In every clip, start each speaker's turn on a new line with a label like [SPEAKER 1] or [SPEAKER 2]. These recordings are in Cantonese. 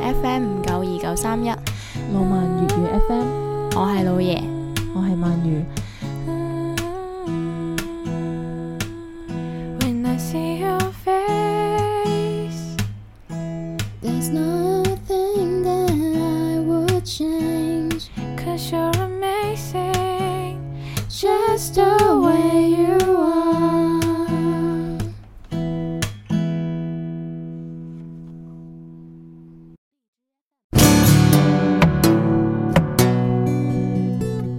[SPEAKER 1] FM 五九二九三一，
[SPEAKER 2] 浪漫粵語 FM，
[SPEAKER 1] 我係老爺。
[SPEAKER 2] 我係曼如。
[SPEAKER 1] When I see your face,
[SPEAKER 3] There's nothing that I would change.
[SPEAKER 1] cause you're amazing.
[SPEAKER 3] Just the way you are.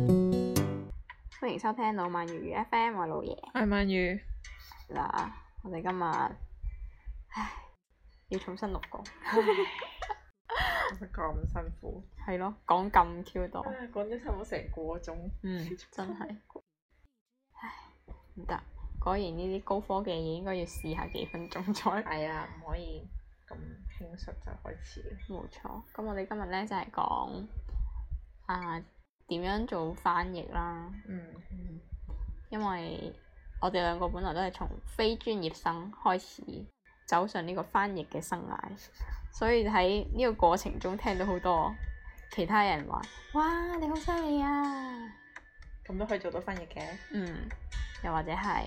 [SPEAKER 1] 歡迎收聽老萬粵語 FM，我係老爺
[SPEAKER 4] 艾曼語
[SPEAKER 1] 嗱。我哋今日唉要重新錄過，
[SPEAKER 4] 咁辛苦，
[SPEAKER 1] 係咯，講咁 Q 多，
[SPEAKER 4] 講咗差唔多成個鐘。
[SPEAKER 1] 嗯，真係唉唔得。果然呢啲高科技嘢應該要試下幾分鐘再
[SPEAKER 4] 係啊，唔可以咁輕率就開始。
[SPEAKER 1] 冇錯，咁我哋今日咧就係、講啊點樣做翻譯啦，
[SPEAKER 4] 嗯，
[SPEAKER 1] 因為我哋兩個本來都係從非專業生開始走上呢個翻譯嘅生涯，所以喺呢個過程中聽到好多其他人話：哇，你好犀利啊！
[SPEAKER 4] 咁都可以做到翻譯嘅。
[SPEAKER 1] 嗯，又或者係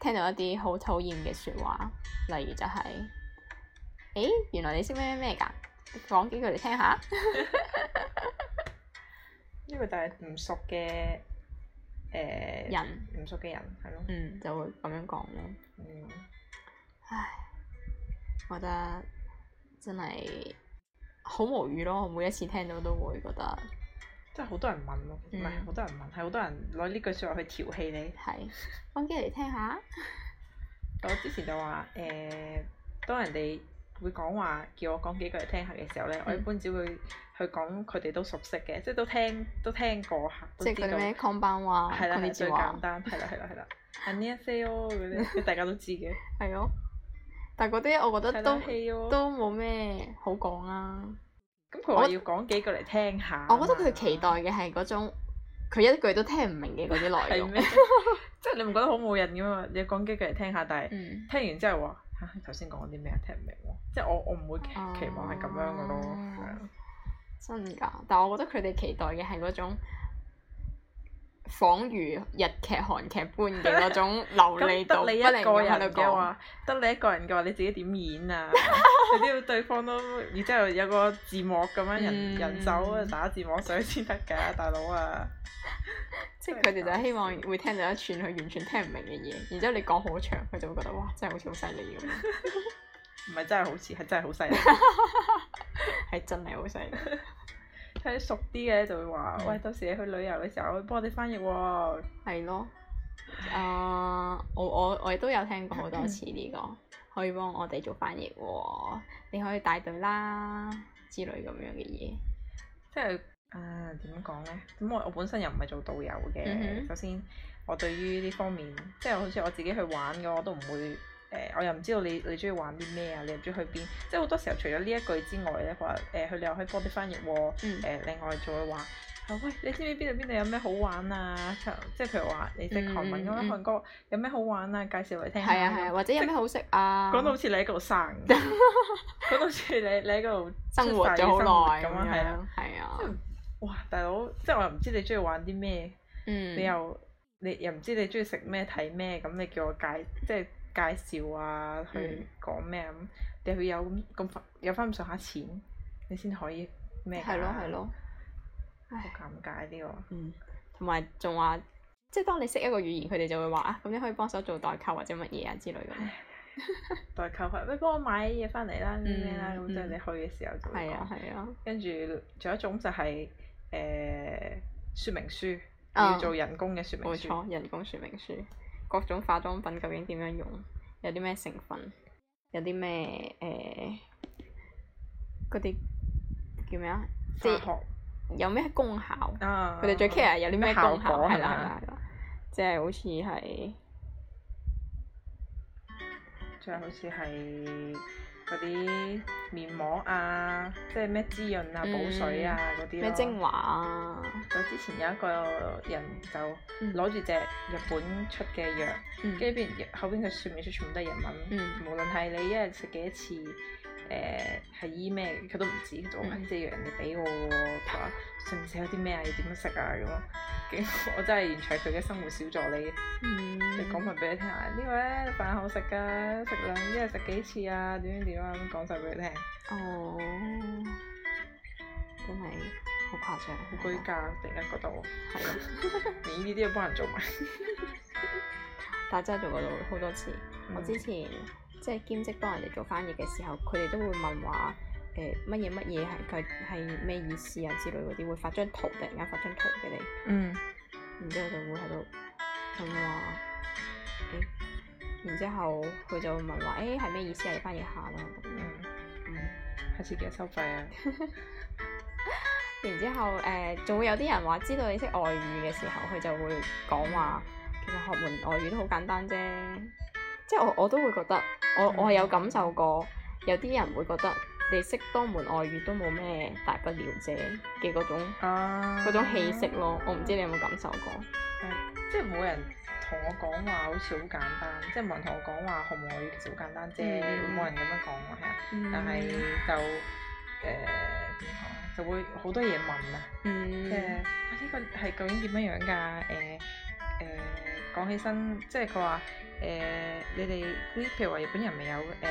[SPEAKER 1] 聽到一啲好討厭嘅説話，例如就係、誒、原來你識咩咩咩㗎，講幾句嚟聽下。
[SPEAKER 4] 呢個就係唔熟嘅誒、
[SPEAKER 1] 人，
[SPEAKER 4] 唔熟嘅人係咯。
[SPEAKER 1] 嗯，就會咁樣講咯。
[SPEAKER 4] 嗯，
[SPEAKER 1] 唉，我覺得真係好無語咯！我每一次聽到都會覺得
[SPEAKER 4] 即係好多人問咯，唔係
[SPEAKER 1] 嗯
[SPEAKER 4] 好多人問，係好多人攞呢句説話去調戲你。
[SPEAKER 1] 係講幾嚟聽下。
[SPEAKER 4] 我之前就話誒、當人哋會講話叫我講幾句嚟聽下嘅時候咧，我一般只會去講佢哋都熟悉嘅，即係都聽都聽過下，都
[SPEAKER 1] 即係
[SPEAKER 4] 知
[SPEAKER 1] 嗰啲
[SPEAKER 4] 道。
[SPEAKER 1] 咩抗班話、抗
[SPEAKER 4] 係啦，係啦
[SPEAKER 1] 啲
[SPEAKER 4] 啊最
[SPEAKER 1] 字
[SPEAKER 4] 簡
[SPEAKER 1] 話，
[SPEAKER 4] 單，係啦，係啦，係啦。a n i s a o 嗰啲，大家都知嘅。
[SPEAKER 1] 係咯。但係嗰啲我覺得
[SPEAKER 4] 係啦
[SPEAKER 1] 都
[SPEAKER 4] ，hey 哦
[SPEAKER 1] 都冇咩好講啦。
[SPEAKER 4] 咁佢
[SPEAKER 1] 我
[SPEAKER 4] 話要講幾句嚟聽下。
[SPEAKER 1] 我覺得佢期待。嘅係嗰種佢一句都聽唔明嘅嗰啲內
[SPEAKER 4] 係
[SPEAKER 1] 容。
[SPEAKER 4] 咩？ 即係你唔覺得好冇癮嘅嘛？你講幾句嚟聽下，但係
[SPEAKER 1] 嗯，
[SPEAKER 4] 聽完之後話嚇頭先講啲咩啊？聽唔明喎。即係我我唔會期
[SPEAKER 1] 哦
[SPEAKER 4] 期望係咁樣嘅咯。係啊
[SPEAKER 1] 真㗎。但係我覺得佢哋期待嘅係嗰種。仿如日劇、韓劇般嘅嗰 種流利度，
[SPEAKER 4] 咁
[SPEAKER 1] 不
[SPEAKER 4] 得你一
[SPEAKER 1] 停
[SPEAKER 4] 個
[SPEAKER 1] 咁喺
[SPEAKER 4] 人
[SPEAKER 1] 度
[SPEAKER 4] 嘅
[SPEAKER 1] 講。
[SPEAKER 4] 話，得你一個人嘅話，你自己點 演啊？你都要對方都，然之後有個字幕咁樣人人手啊
[SPEAKER 1] 嗯
[SPEAKER 4] 打字幕上去先得㗎，大佬啊！
[SPEAKER 1] 即係佢哋就係希望會聽到一串佢完全聽唔明嘅嘢，然之後你講好長，佢就會覺得哇，真係好似好犀利咁，
[SPEAKER 4] 唔係真係好似，係真係好 犀利。
[SPEAKER 1] 係真係好犀利。
[SPEAKER 4] 睇熟啲嘅就會話：
[SPEAKER 1] 嗯
[SPEAKER 4] 喂，到時你去旅遊嘅時候，幫我哋翻譯喎、
[SPEAKER 1] 係咯，啊、我我我亦都有聽過好多次呢、個， 可以幫我哋做翻譯喎，你可以帶隊啦之類咁樣嘅嘢。
[SPEAKER 4] 即係啊點講呢？咁我我本身又唔係做導遊嘅。
[SPEAKER 1] 嗯哼
[SPEAKER 4] 首先，我對於呢方面，即係好似我自己去玩嘅，我都唔會誒、我又唔知道你你中意玩啲咩啊，你又唔中意去邊。即係好多時候，除咗呢一句之外呢，佢話誒去旅遊可以幫我哋翻譯喎、
[SPEAKER 1] 嗯
[SPEAKER 4] 誒、另外仲會話啊喂，你知唔知邊度邊度有咩好玩啊？就即係譬如話你識韓文咁
[SPEAKER 1] 嗯嗯嗯
[SPEAKER 4] 樣，韓國有咩好玩啊？介紹嚟聽下。
[SPEAKER 1] 係啊係啊，或者有咩好食啊？
[SPEAKER 4] 講到好似你喺嗰度 生，講到好似你你喺嗰度
[SPEAKER 1] 生活
[SPEAKER 4] 出世
[SPEAKER 1] 咗好耐
[SPEAKER 4] 生
[SPEAKER 1] 咁
[SPEAKER 4] 活咁樣，係啊！
[SPEAKER 1] 樣，係啊
[SPEAKER 4] 即，係哇，大佬，即係我又唔知你中意玩啲咩，
[SPEAKER 1] 嗯，
[SPEAKER 4] 你又你又唔知你中意食咩睇咩，咁你叫我介即係介紹啊，去講咩咁，你要有咁咁翻有翻咁上下錢，你先可以咩㗎？
[SPEAKER 1] 係咯係咯，
[SPEAKER 4] 好尷尬呢個。
[SPEAKER 1] 嗯，同埋仲話，即係當你識一個語言，佢哋就會話啊，咁你可以幫手做代購或者乜嘢啊之類咁樣。
[SPEAKER 4] 代購係，喂，幫我買嘢翻嚟啦，咩咩啦，
[SPEAKER 1] 嗯
[SPEAKER 4] 咁即係
[SPEAKER 1] 嗯
[SPEAKER 4] 你去嘅時候就會
[SPEAKER 1] 係
[SPEAKER 4] 講
[SPEAKER 1] 啊。係啊，
[SPEAKER 4] 跟住仲有一種就係、誒、說明書，你
[SPEAKER 1] 啊
[SPEAKER 4] 要做人工嘅說明
[SPEAKER 1] 冇
[SPEAKER 4] 書。
[SPEAKER 1] 錯，人工說明書，各種化妝品究竟點樣用，有啲咩成分，有啲咩誒嗰啲叫咩啊？即係
[SPEAKER 4] 化
[SPEAKER 1] 有咩功效？
[SPEAKER 4] 學啊，
[SPEAKER 1] 佢哋最 care 有啲咩
[SPEAKER 4] 效
[SPEAKER 1] 功效
[SPEAKER 4] 果
[SPEAKER 1] 係啊啦
[SPEAKER 4] 係
[SPEAKER 1] 係啦
[SPEAKER 4] 啦。
[SPEAKER 1] 係啦，即係好似係
[SPEAKER 4] 仲有好似係嗰啲面膜啊，即係咩滋潤啊、
[SPEAKER 1] 嗯
[SPEAKER 4] 補水啊嗰啲咯
[SPEAKER 1] 咩精華啊，
[SPEAKER 4] 我之前有一個人
[SPEAKER 1] 嗯
[SPEAKER 4] 就攞住隻日本出嘅藥，
[SPEAKER 1] 嗯
[SPEAKER 4] 跟住邊後邊佢説明書全部都係日文，
[SPEAKER 1] 嗯
[SPEAKER 4] 無論係你一日食幾多次，誒、誒係醫咩嘅，佢都唔知，佢
[SPEAKER 1] 嗯
[SPEAKER 4] 就話哎呢隻藥人哋俾我喎，佢話食唔食有啲咩啊，要點樣食啊咁咯。跟住 我真係完全係佢嘅生活小助理，
[SPEAKER 1] 嗯，
[SPEAKER 4] 你講埋俾佢聽啊，呢個咧飯後食噶，食兩一日食幾次啊，點樣點啊咁講晒俾佢聽，
[SPEAKER 1] 哦，真係好誇張，
[SPEAKER 4] 好居家，突然間覺得我
[SPEAKER 1] 係啊，
[SPEAKER 4] 連呢啲都要幫人做埋。
[SPEAKER 1] 但係真係做過好多次。我之
[SPEAKER 4] 嗯
[SPEAKER 1] 前即係兼職幫人哋做翻譯嘅時候，佢哋都會問話誒乜嘢乜嘢係佢係咩意思啊之類嗰啲，會發張圖，突然間發張圖俾你，
[SPEAKER 4] 嗯。
[SPEAKER 1] 然之後就會喺度問話誒，然之後佢就會問話誒係咩意思啊？你翻譯下啦。
[SPEAKER 4] 嗯，
[SPEAKER 1] 嗯
[SPEAKER 4] 下次記得收費啊！
[SPEAKER 1] 然之後誒，仲、會有啲人話知道你識外語嘅時候，佢就會講話其實學門外語都好簡單啫。即係我我都會覺得，我我係有感受過，有啲人會覺得你識多門外語都冇咩大不了啫嘅嗰種
[SPEAKER 4] 啊
[SPEAKER 1] 嗰種氣息，咯。我唔知你有冇感受過？
[SPEAKER 4] 即係冇人同我講話，好似好簡單，即係冇人同我講話學外語其實好簡單啫，
[SPEAKER 1] 嗯
[SPEAKER 4] 會冇人咁樣講我係啊，但係就誒點講咧，就會好多嘢問啊，即係
[SPEAKER 1] 嗯，
[SPEAKER 4] 啊呢個係究竟點樣樣㗎？誒誒講起身，即係佢話誒你哋呢，譬如話日本人咪有誒呃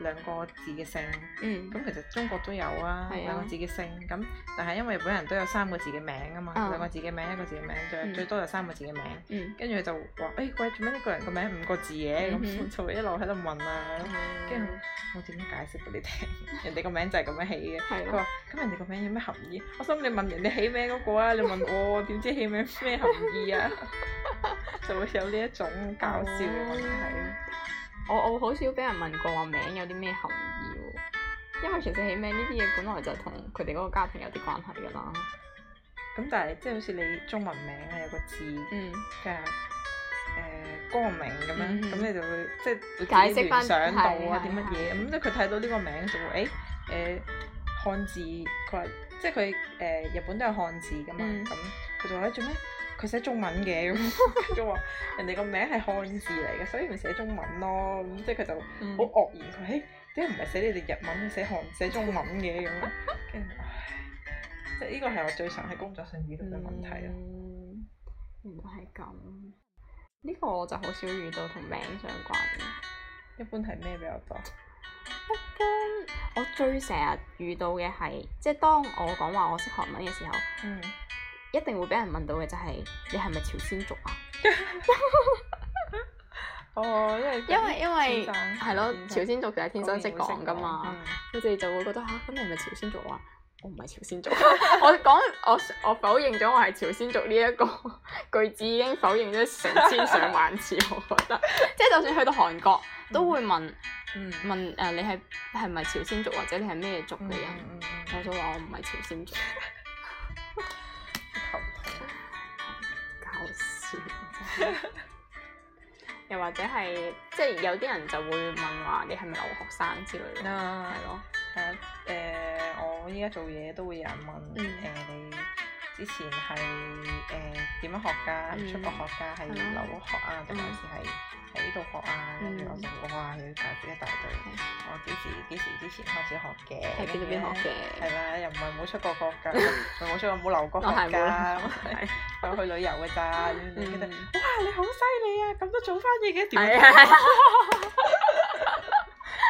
[SPEAKER 4] 兩個字嘅姓。
[SPEAKER 1] 嗯
[SPEAKER 4] 咁其實中國都有啊，
[SPEAKER 1] 係啊
[SPEAKER 4] 兩個字嘅姓咁，但係因為日本人都有三個字嘅名啊嘛，
[SPEAKER 1] 啊
[SPEAKER 4] 兩個字嘅名，一個字嘅名，最
[SPEAKER 1] 嗯
[SPEAKER 4] 最多就三個字嘅名。
[SPEAKER 1] 嗯，
[SPEAKER 4] 跟住佢就話：，誒、喂，做咩呢個人個名五個字嘅？咁、
[SPEAKER 1] 嗯哼
[SPEAKER 4] 就一路喺度問啊。跟住我點樣解釋俾你聽？人哋個名就係咁樣起嘅。
[SPEAKER 1] 係
[SPEAKER 4] 佢
[SPEAKER 1] 咯
[SPEAKER 4] 話：咁人哋個名有咩含義？我心你問人哋起名嗰個啊，你問我點知起名咩含義啊？ 就會有呢一種搞笑嘅問
[SPEAKER 1] 哦
[SPEAKER 4] 題。
[SPEAKER 1] 我我好少俾人問過話名有啲咩含義喎，因為其實起名呢啲嘢本來就同佢哋嗰個家庭有啲關係㗎啦。
[SPEAKER 4] 咁但係即係好似你中文名啊，有個字。
[SPEAKER 1] 嗯，
[SPEAKER 4] 嘅誒光明咁樣，
[SPEAKER 1] 嗯
[SPEAKER 4] 咁你就會即係會
[SPEAKER 1] 解釋
[SPEAKER 4] 自己聯
[SPEAKER 1] 返
[SPEAKER 4] 想到啊
[SPEAKER 1] 係
[SPEAKER 4] 啲乜嘢，咁即係佢睇到呢個名就會誒誒漢字，佢話即係佢誒日本都有漢字噶嘛，
[SPEAKER 1] 嗯
[SPEAKER 4] 咁佢就話誒做咩？佢寫中文 嘅咁，佢就話人哋個名係漢字嚟嘅，所以咪寫中文咯。咁即係佢就
[SPEAKER 1] 嗯
[SPEAKER 4] 好愕然，佢誒點解唔係寫你哋日文，寫漢寫中文嘅咁樣？跟住唉，即係呢個係我最常喺工作上遇到嘅問題啊咯。
[SPEAKER 1] 嗯原來係咁，呢、個我就好少遇到同名相關嘅。
[SPEAKER 4] 一般係咩比較多？
[SPEAKER 1] 我最成日遇到嘅係，即係當我講話我識韓文嘅時候，
[SPEAKER 4] 嗯。
[SPEAKER 1] 一定會俾人問到嘅就係、你係咪朝鮮族啊？
[SPEAKER 4] 哦，因為
[SPEAKER 1] 因為因為
[SPEAKER 4] 天生
[SPEAKER 1] 係咯，
[SPEAKER 4] 天
[SPEAKER 1] 朝
[SPEAKER 4] 生
[SPEAKER 1] 鮮族就係天生識講噶嘛。
[SPEAKER 4] 嗯
[SPEAKER 1] 佢哋就會覺得吓，咁、你係咪朝鮮族啊？我唔係朝鮮族， 我講我我否認咗我係朝鮮族呢一個 句子已經否認咗成千上萬次，我覺得， 即係就算去到韓國都會問
[SPEAKER 4] 嗯
[SPEAKER 1] 問誒、呃你係係咪朝鮮族或者你係咩族
[SPEAKER 4] 嗯
[SPEAKER 1] 嘅人？
[SPEAKER 4] 嗯嗯
[SPEAKER 1] 我就話我唔係朝鮮族，
[SPEAKER 4] 頭痛。
[SPEAKER 1] 搞笑 真係。又或者係即係有啲人就會問話你係咪留學生之類嘅，
[SPEAKER 4] 啊
[SPEAKER 1] 係咯，
[SPEAKER 4] 係啊，誒、我依家做嘢都會有人問誒、
[SPEAKER 1] 嗯
[SPEAKER 4] 你之前係誒點樣學㗎？係咪出國學㗎？係
[SPEAKER 1] 係咯
[SPEAKER 4] 留學啊，定還是係喺呢度學啊？跟住
[SPEAKER 1] 嗯
[SPEAKER 4] 我就哇，又要解釋一大堆。我幾時幾時之前開始學嘅？
[SPEAKER 1] 喺邊度邊學嘅
[SPEAKER 4] 係啦，又唔係冇出過國㗎，唔係冇出過冇留過學
[SPEAKER 1] 我係冇
[SPEAKER 4] 㗎，
[SPEAKER 1] 留過係
[SPEAKER 4] 我去旅遊㗎咋。咁跟住
[SPEAKER 1] 嗯
[SPEAKER 4] 哇，你好犀利啊！咁都做翻嘢嘅，
[SPEAKER 1] 係
[SPEAKER 4] 點
[SPEAKER 1] 啊
[SPEAKER 4] 樣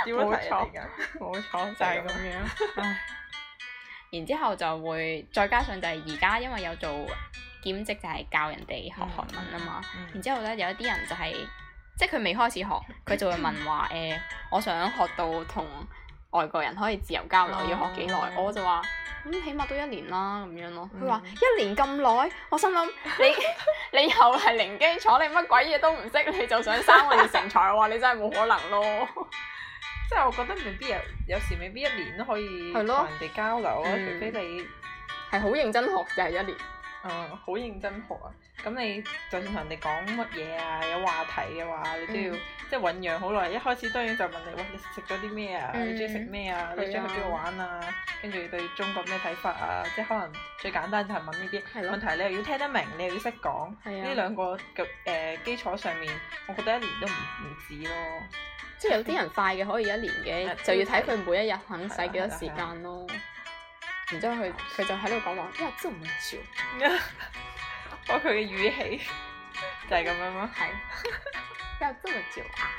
[SPEAKER 4] 點樣
[SPEAKER 1] 冇
[SPEAKER 4] 睇啊
[SPEAKER 1] 錯
[SPEAKER 4] 嚟㗎？
[SPEAKER 1] 冇錯，就
[SPEAKER 4] 啊
[SPEAKER 1] 係咁樣。唉然之後就會再加上就係而家因為有做兼職，就係教人哋學韓文啊嘛。
[SPEAKER 4] 嗯
[SPEAKER 1] 然之後咧有一啲人就係、即係佢未開始學，佢就會問話誒、我想學到同外國人可以自由交流，要學幾耐？
[SPEAKER 4] 哦
[SPEAKER 1] 我就話。咁起碼都一年啦，咁樣咯。佢話、
[SPEAKER 4] 嗯
[SPEAKER 1] 一年咁耐，我心諗你 你又係零基礎，你乜鬼嘢都唔識，你就想三個月成才，我話你真係冇可能咯。
[SPEAKER 4] 即係我覺得未必有，有時未必一年都可以同
[SPEAKER 1] 係咯
[SPEAKER 4] 人哋交流啊，
[SPEAKER 1] 嗯
[SPEAKER 4] 除非你
[SPEAKER 1] 係好認真學就係一年。
[SPEAKER 4] 誒好認真學啊。咁你就算同人哋講乜嘢啊，有話題嘅話，你都要
[SPEAKER 1] 嗯
[SPEAKER 4] 即係醖釀好耐。一開始當然就問你，喂，你食咗啲咩啊？
[SPEAKER 1] 嗯
[SPEAKER 4] 你中意食咩
[SPEAKER 1] 係
[SPEAKER 4] 啊？
[SPEAKER 1] 啊
[SPEAKER 4] 你中意去邊度玩啊？跟住對中國咩睇法啊？即係可能最簡單就係問呢啲
[SPEAKER 1] 係咯
[SPEAKER 4] 問題，你又要聽得明，你又要識講。
[SPEAKER 1] 係啊
[SPEAKER 4] 呢兩個嘅誒基礎上面，我覺得一年都唔唔止咯。
[SPEAKER 1] 即係有啲人快嘅可以一年嘅，
[SPEAKER 4] 係啊
[SPEAKER 1] 就要睇佢每一日肯使幾
[SPEAKER 4] 係啊
[SPEAKER 1] 多
[SPEAKER 4] 啦
[SPEAKER 1] 時間咯。然之後佢佢就喺度講話，因為真唔少，
[SPEAKER 4] 我佢嘅語氣就係咁樣咯。
[SPEAKER 1] 係， 因為真唔少啊。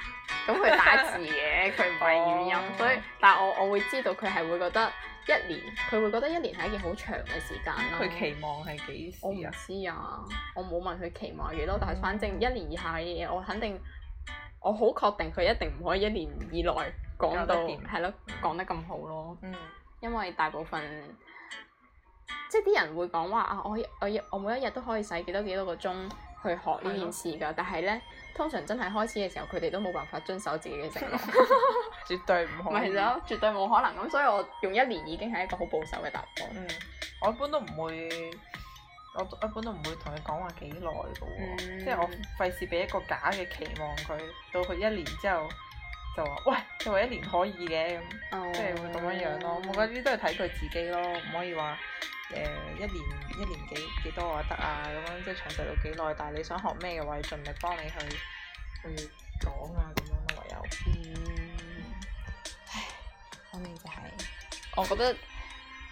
[SPEAKER 1] 咁佢打字 嘅，佢唔係語音，
[SPEAKER 4] 哦
[SPEAKER 1] 所以但係我我會知道佢係會覺得一年，佢會覺得一年係一件好長嘅時間咯。
[SPEAKER 4] 佢期望係幾
[SPEAKER 1] 我唔
[SPEAKER 4] 時啊？
[SPEAKER 1] 知啊，我冇問佢期望係幾多，
[SPEAKER 4] 嗯
[SPEAKER 1] 但係反正一年以下嘅嘢，我肯定，我好確定佢一定唔可以一年以內講到
[SPEAKER 4] 搞得掂
[SPEAKER 1] 係咯，講得咁好咯。
[SPEAKER 4] 嗯，
[SPEAKER 1] 因為大部分即係啲人會講話啊，我我我每一日都可以使幾多幾多個鐘去學呢件事㗎，但係咧通常真係開始嘅時候，佢哋都冇辦法遵守自己嘅承諾，
[SPEAKER 4] 絕對唔可
[SPEAKER 1] 咪
[SPEAKER 4] 以
[SPEAKER 1] 就。絕對冇可能咁，所以我用一年已經係一個好保守嘅答案。
[SPEAKER 4] 嗯，我一般都唔會，我一般都唔會同佢講話幾耐嘅喎，
[SPEAKER 1] 嗯
[SPEAKER 4] 即係我費事俾一個假嘅期望佢，到佢一年之後就話喂，你話一年可以嘅咁，即係會咁樣樣咯。
[SPEAKER 1] 嗯
[SPEAKER 4] 我覺得呢啲都係睇佢自己咯，唔可以話誒、一年一年幾幾多啊得啊咁樣，即係詳細到幾耐。但係你想學咩嘅話，盡力幫你去去講啊咁樣咯，唯有。
[SPEAKER 1] 唉，反正就係、我覺得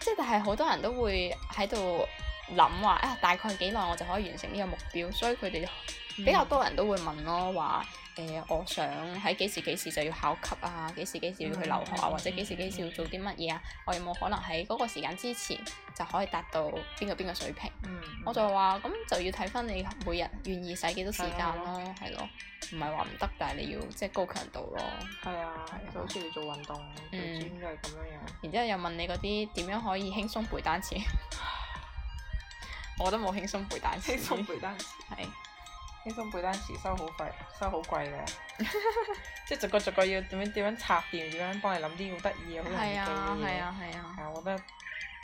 [SPEAKER 1] 即係，但係好多人都會喺度諗話啊，大概幾耐我就可以完成呢個目標，所以佢哋
[SPEAKER 4] 嗯
[SPEAKER 1] 比較多人都會問咯，話誒、我想喺幾時幾時就要考級啊，幾時幾時要去留學啊，
[SPEAKER 4] 嗯
[SPEAKER 1] 或者幾時幾時要做啲乜嘢啊，我有冇可能喺嗰個時間之前就可以達到邊個邊個水平？
[SPEAKER 4] 嗯，
[SPEAKER 1] 我就話咁就要睇翻你每日願意使幾多時間咯，係咯，唔係話唔得，但係你要即係高強度咯。
[SPEAKER 4] 係啊，就好似你做運動、做
[SPEAKER 1] 嗯
[SPEAKER 4] gym 都係咁樣樣。
[SPEAKER 1] 然之後又問你嗰啲點樣可以輕鬆背單詞，我都冇輕鬆背單詞。
[SPEAKER 4] 輕鬆背單詞，
[SPEAKER 1] 係
[SPEAKER 4] 輕鬆背單詞收好費，收好貴嘅， 即係逐個逐個要點樣點樣拆掂，點樣幫你諗啲好得意嘅、好容易
[SPEAKER 1] 係
[SPEAKER 4] 記
[SPEAKER 1] 啊
[SPEAKER 4] 嘅
[SPEAKER 1] 係
[SPEAKER 4] 嘢。
[SPEAKER 1] 啊係啊！
[SPEAKER 4] 係啊，我覺得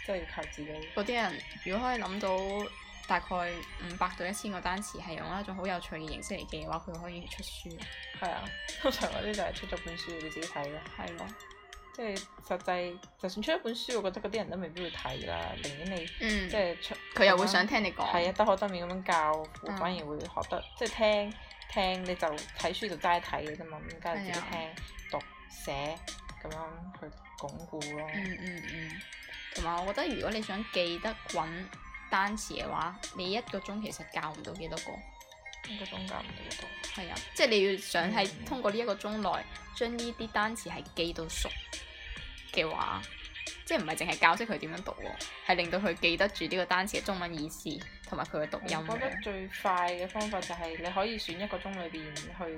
[SPEAKER 4] 真係要靠自己。
[SPEAKER 1] 嗰啲人如果可以諗到大概五百到一千個單詞係用一種好有趣嘅形式嚟記嘅話，佢可以出書。
[SPEAKER 4] 係啊，通常嗰啲就係出咗本書你自己睇啦。
[SPEAKER 1] 係咯，
[SPEAKER 4] 即係實際，就算出一本書，我覺得嗰啲人都未必會睇啦。寧願你
[SPEAKER 1] 嗯，
[SPEAKER 4] 即係出，
[SPEAKER 1] 佢又會想聽你講。
[SPEAKER 4] 係啊，得口得面咁樣教，
[SPEAKER 1] 嗯
[SPEAKER 4] 反而會學得即係聽聽你就睇書就齋睇嘅啫嘛，咁梗係自己
[SPEAKER 1] 係啊
[SPEAKER 4] 聽讀寫咁樣去鞏固咯。
[SPEAKER 1] 嗯嗯嗯，同埋我覺得如果你想記得揾單詞嘅話，你一個鐘其實教唔到幾多個。
[SPEAKER 4] 呢個宗教唔到度。
[SPEAKER 1] 係啊，即係你要想係
[SPEAKER 4] 嗯
[SPEAKER 1] 通過呢一個鐘內將呢啲單詞係記到熟嘅話，即係唔係淨係教識佢點樣讀喎，係令到佢記得住呢個單詞嘅中文意思同埋佢嘅讀音
[SPEAKER 4] 我覺得
[SPEAKER 1] 嘅。
[SPEAKER 4] 最快嘅方法就係你可以選一個鐘裏邊去誒、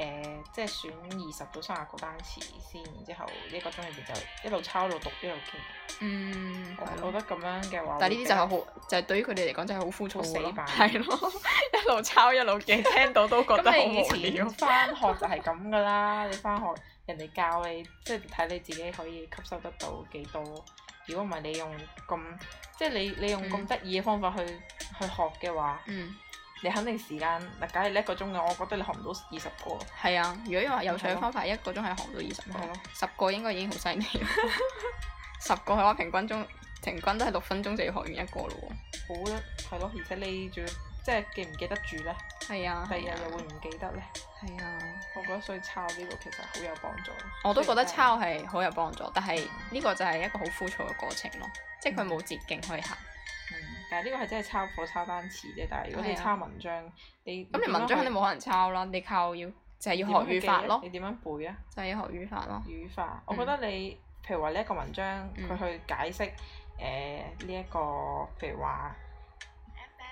[SPEAKER 4] 呃即係選二十到三十個單詞先，然之後一個鐘裏邊就一路抄一路讀一路記。
[SPEAKER 1] 嗯，
[SPEAKER 4] 我
[SPEAKER 1] 係
[SPEAKER 4] 我
[SPEAKER 1] 咯。
[SPEAKER 4] 覺得咁樣嘅話，
[SPEAKER 1] 但係呢啲就係好，就係對於佢哋嚟講就係好枯燥
[SPEAKER 4] 好死
[SPEAKER 1] 咯
[SPEAKER 4] 板
[SPEAKER 1] 係咯，一路抄一路記，聽到都覺得好
[SPEAKER 4] 咁你
[SPEAKER 1] 無
[SPEAKER 4] 以前
[SPEAKER 1] 聊。
[SPEAKER 4] 翻學就係咁噶啦，你翻學人哋教你，即係睇你自己可以吸收得到幾多。如果唔係你用咁，即係你你用咁
[SPEAKER 1] 嗯
[SPEAKER 4] 得意嘅方法去、去學嘅話，
[SPEAKER 1] 嗯，
[SPEAKER 4] 你肯定時間嗱，假如你一個鐘嘅，我覺得你學唔到二十個。
[SPEAKER 1] 係啊，如果話有趣
[SPEAKER 4] 係
[SPEAKER 1] 嘅
[SPEAKER 4] 咯
[SPEAKER 1] 方法，一個鐘係學唔到二十
[SPEAKER 4] 係咯
[SPEAKER 1] 個，十個應該已經好犀利啦。 十個嘅話，平均鐘平均都係六分鐘就要學完一個咯喎。
[SPEAKER 4] 好咧，係咯，而且你仲要即係記唔記得住咧？
[SPEAKER 1] 係啊，
[SPEAKER 4] 第二
[SPEAKER 1] 係啊
[SPEAKER 4] 日又會唔記得咧？
[SPEAKER 1] 係啊，
[SPEAKER 4] 我覺得所以抄呢個其實好有幫助。
[SPEAKER 1] 我都覺得
[SPEAKER 4] 雖
[SPEAKER 1] 抄
[SPEAKER 4] 然係啊
[SPEAKER 1] 係好有幫助，但係呢個就係一個好枯燥嘅過程咯，即係佢冇捷徑可以行。
[SPEAKER 4] 嗯，但係呢個係真係抄課抄單詞啫。但係如果你
[SPEAKER 1] 係啊
[SPEAKER 4] 抄文章，你
[SPEAKER 1] 咁你文章肯定
[SPEAKER 4] 冇
[SPEAKER 1] 冇可能抄啦，你靠要就係要學語法咯
[SPEAKER 4] 你，點樣背啊？
[SPEAKER 1] 就係要學語法咯。
[SPEAKER 4] 語法，我
[SPEAKER 1] 嗯
[SPEAKER 4] 覺得你譬如話呢一個文章，
[SPEAKER 1] 嗯
[SPEAKER 4] 佢去解釋誒呢一個譬如話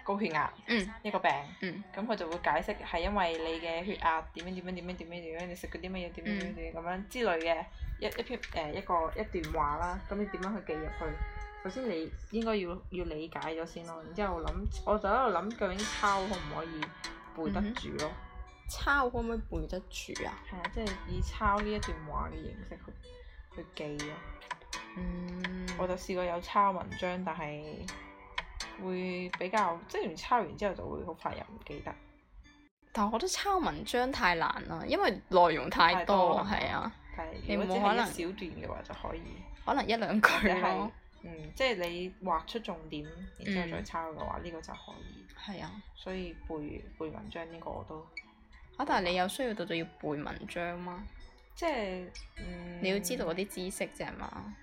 [SPEAKER 4] 高血壓
[SPEAKER 1] 嗯
[SPEAKER 4] 一個病，
[SPEAKER 1] 嗯
[SPEAKER 4] 咁佢就會解釋係因為你嘅血壓點樣點樣點樣點樣點樣，你食嗰啲乜嘢點樣點樣點樣咁樣之類嘅一一篇誒、一個一段話啦，咁你點樣去記入去？首先你應該要要理解咗先咯，然之後諗，我就喺度諗究竟抄可唔可以背得
[SPEAKER 1] 嗯哼
[SPEAKER 4] 住咯？
[SPEAKER 1] 抄可唔可以背得住啊？
[SPEAKER 4] 係啊、即係以抄呢一段話嘅形式去去記咯。
[SPEAKER 1] 嗯，
[SPEAKER 4] 我就試過有抄文章，但係會比較即係唔抄完之後就會好快又唔記得。
[SPEAKER 1] 但我覺得抄文章太難啦，因為內容太多，
[SPEAKER 4] 太多啦
[SPEAKER 1] 係啊，
[SPEAKER 4] 但
[SPEAKER 1] 你
[SPEAKER 4] 係如果
[SPEAKER 1] 冇
[SPEAKER 4] 只
[SPEAKER 1] 可
[SPEAKER 4] 係
[SPEAKER 1] 能
[SPEAKER 4] 一小段嘅話就可以，
[SPEAKER 1] 可能一兩
[SPEAKER 4] 或者
[SPEAKER 1] 句
[SPEAKER 4] 係
[SPEAKER 1] 咯，
[SPEAKER 4] 嗯，即係你畫出重點，然之後
[SPEAKER 1] 嗯
[SPEAKER 4] 再抄嘅話，呢、個就可以。
[SPEAKER 1] 係啊。
[SPEAKER 4] 所以背背文章呢個我都
[SPEAKER 1] 啊，但係你有需要到到要背文章嗎？
[SPEAKER 4] 即係嗯，
[SPEAKER 1] 你要知道嗰啲知識啫嘛。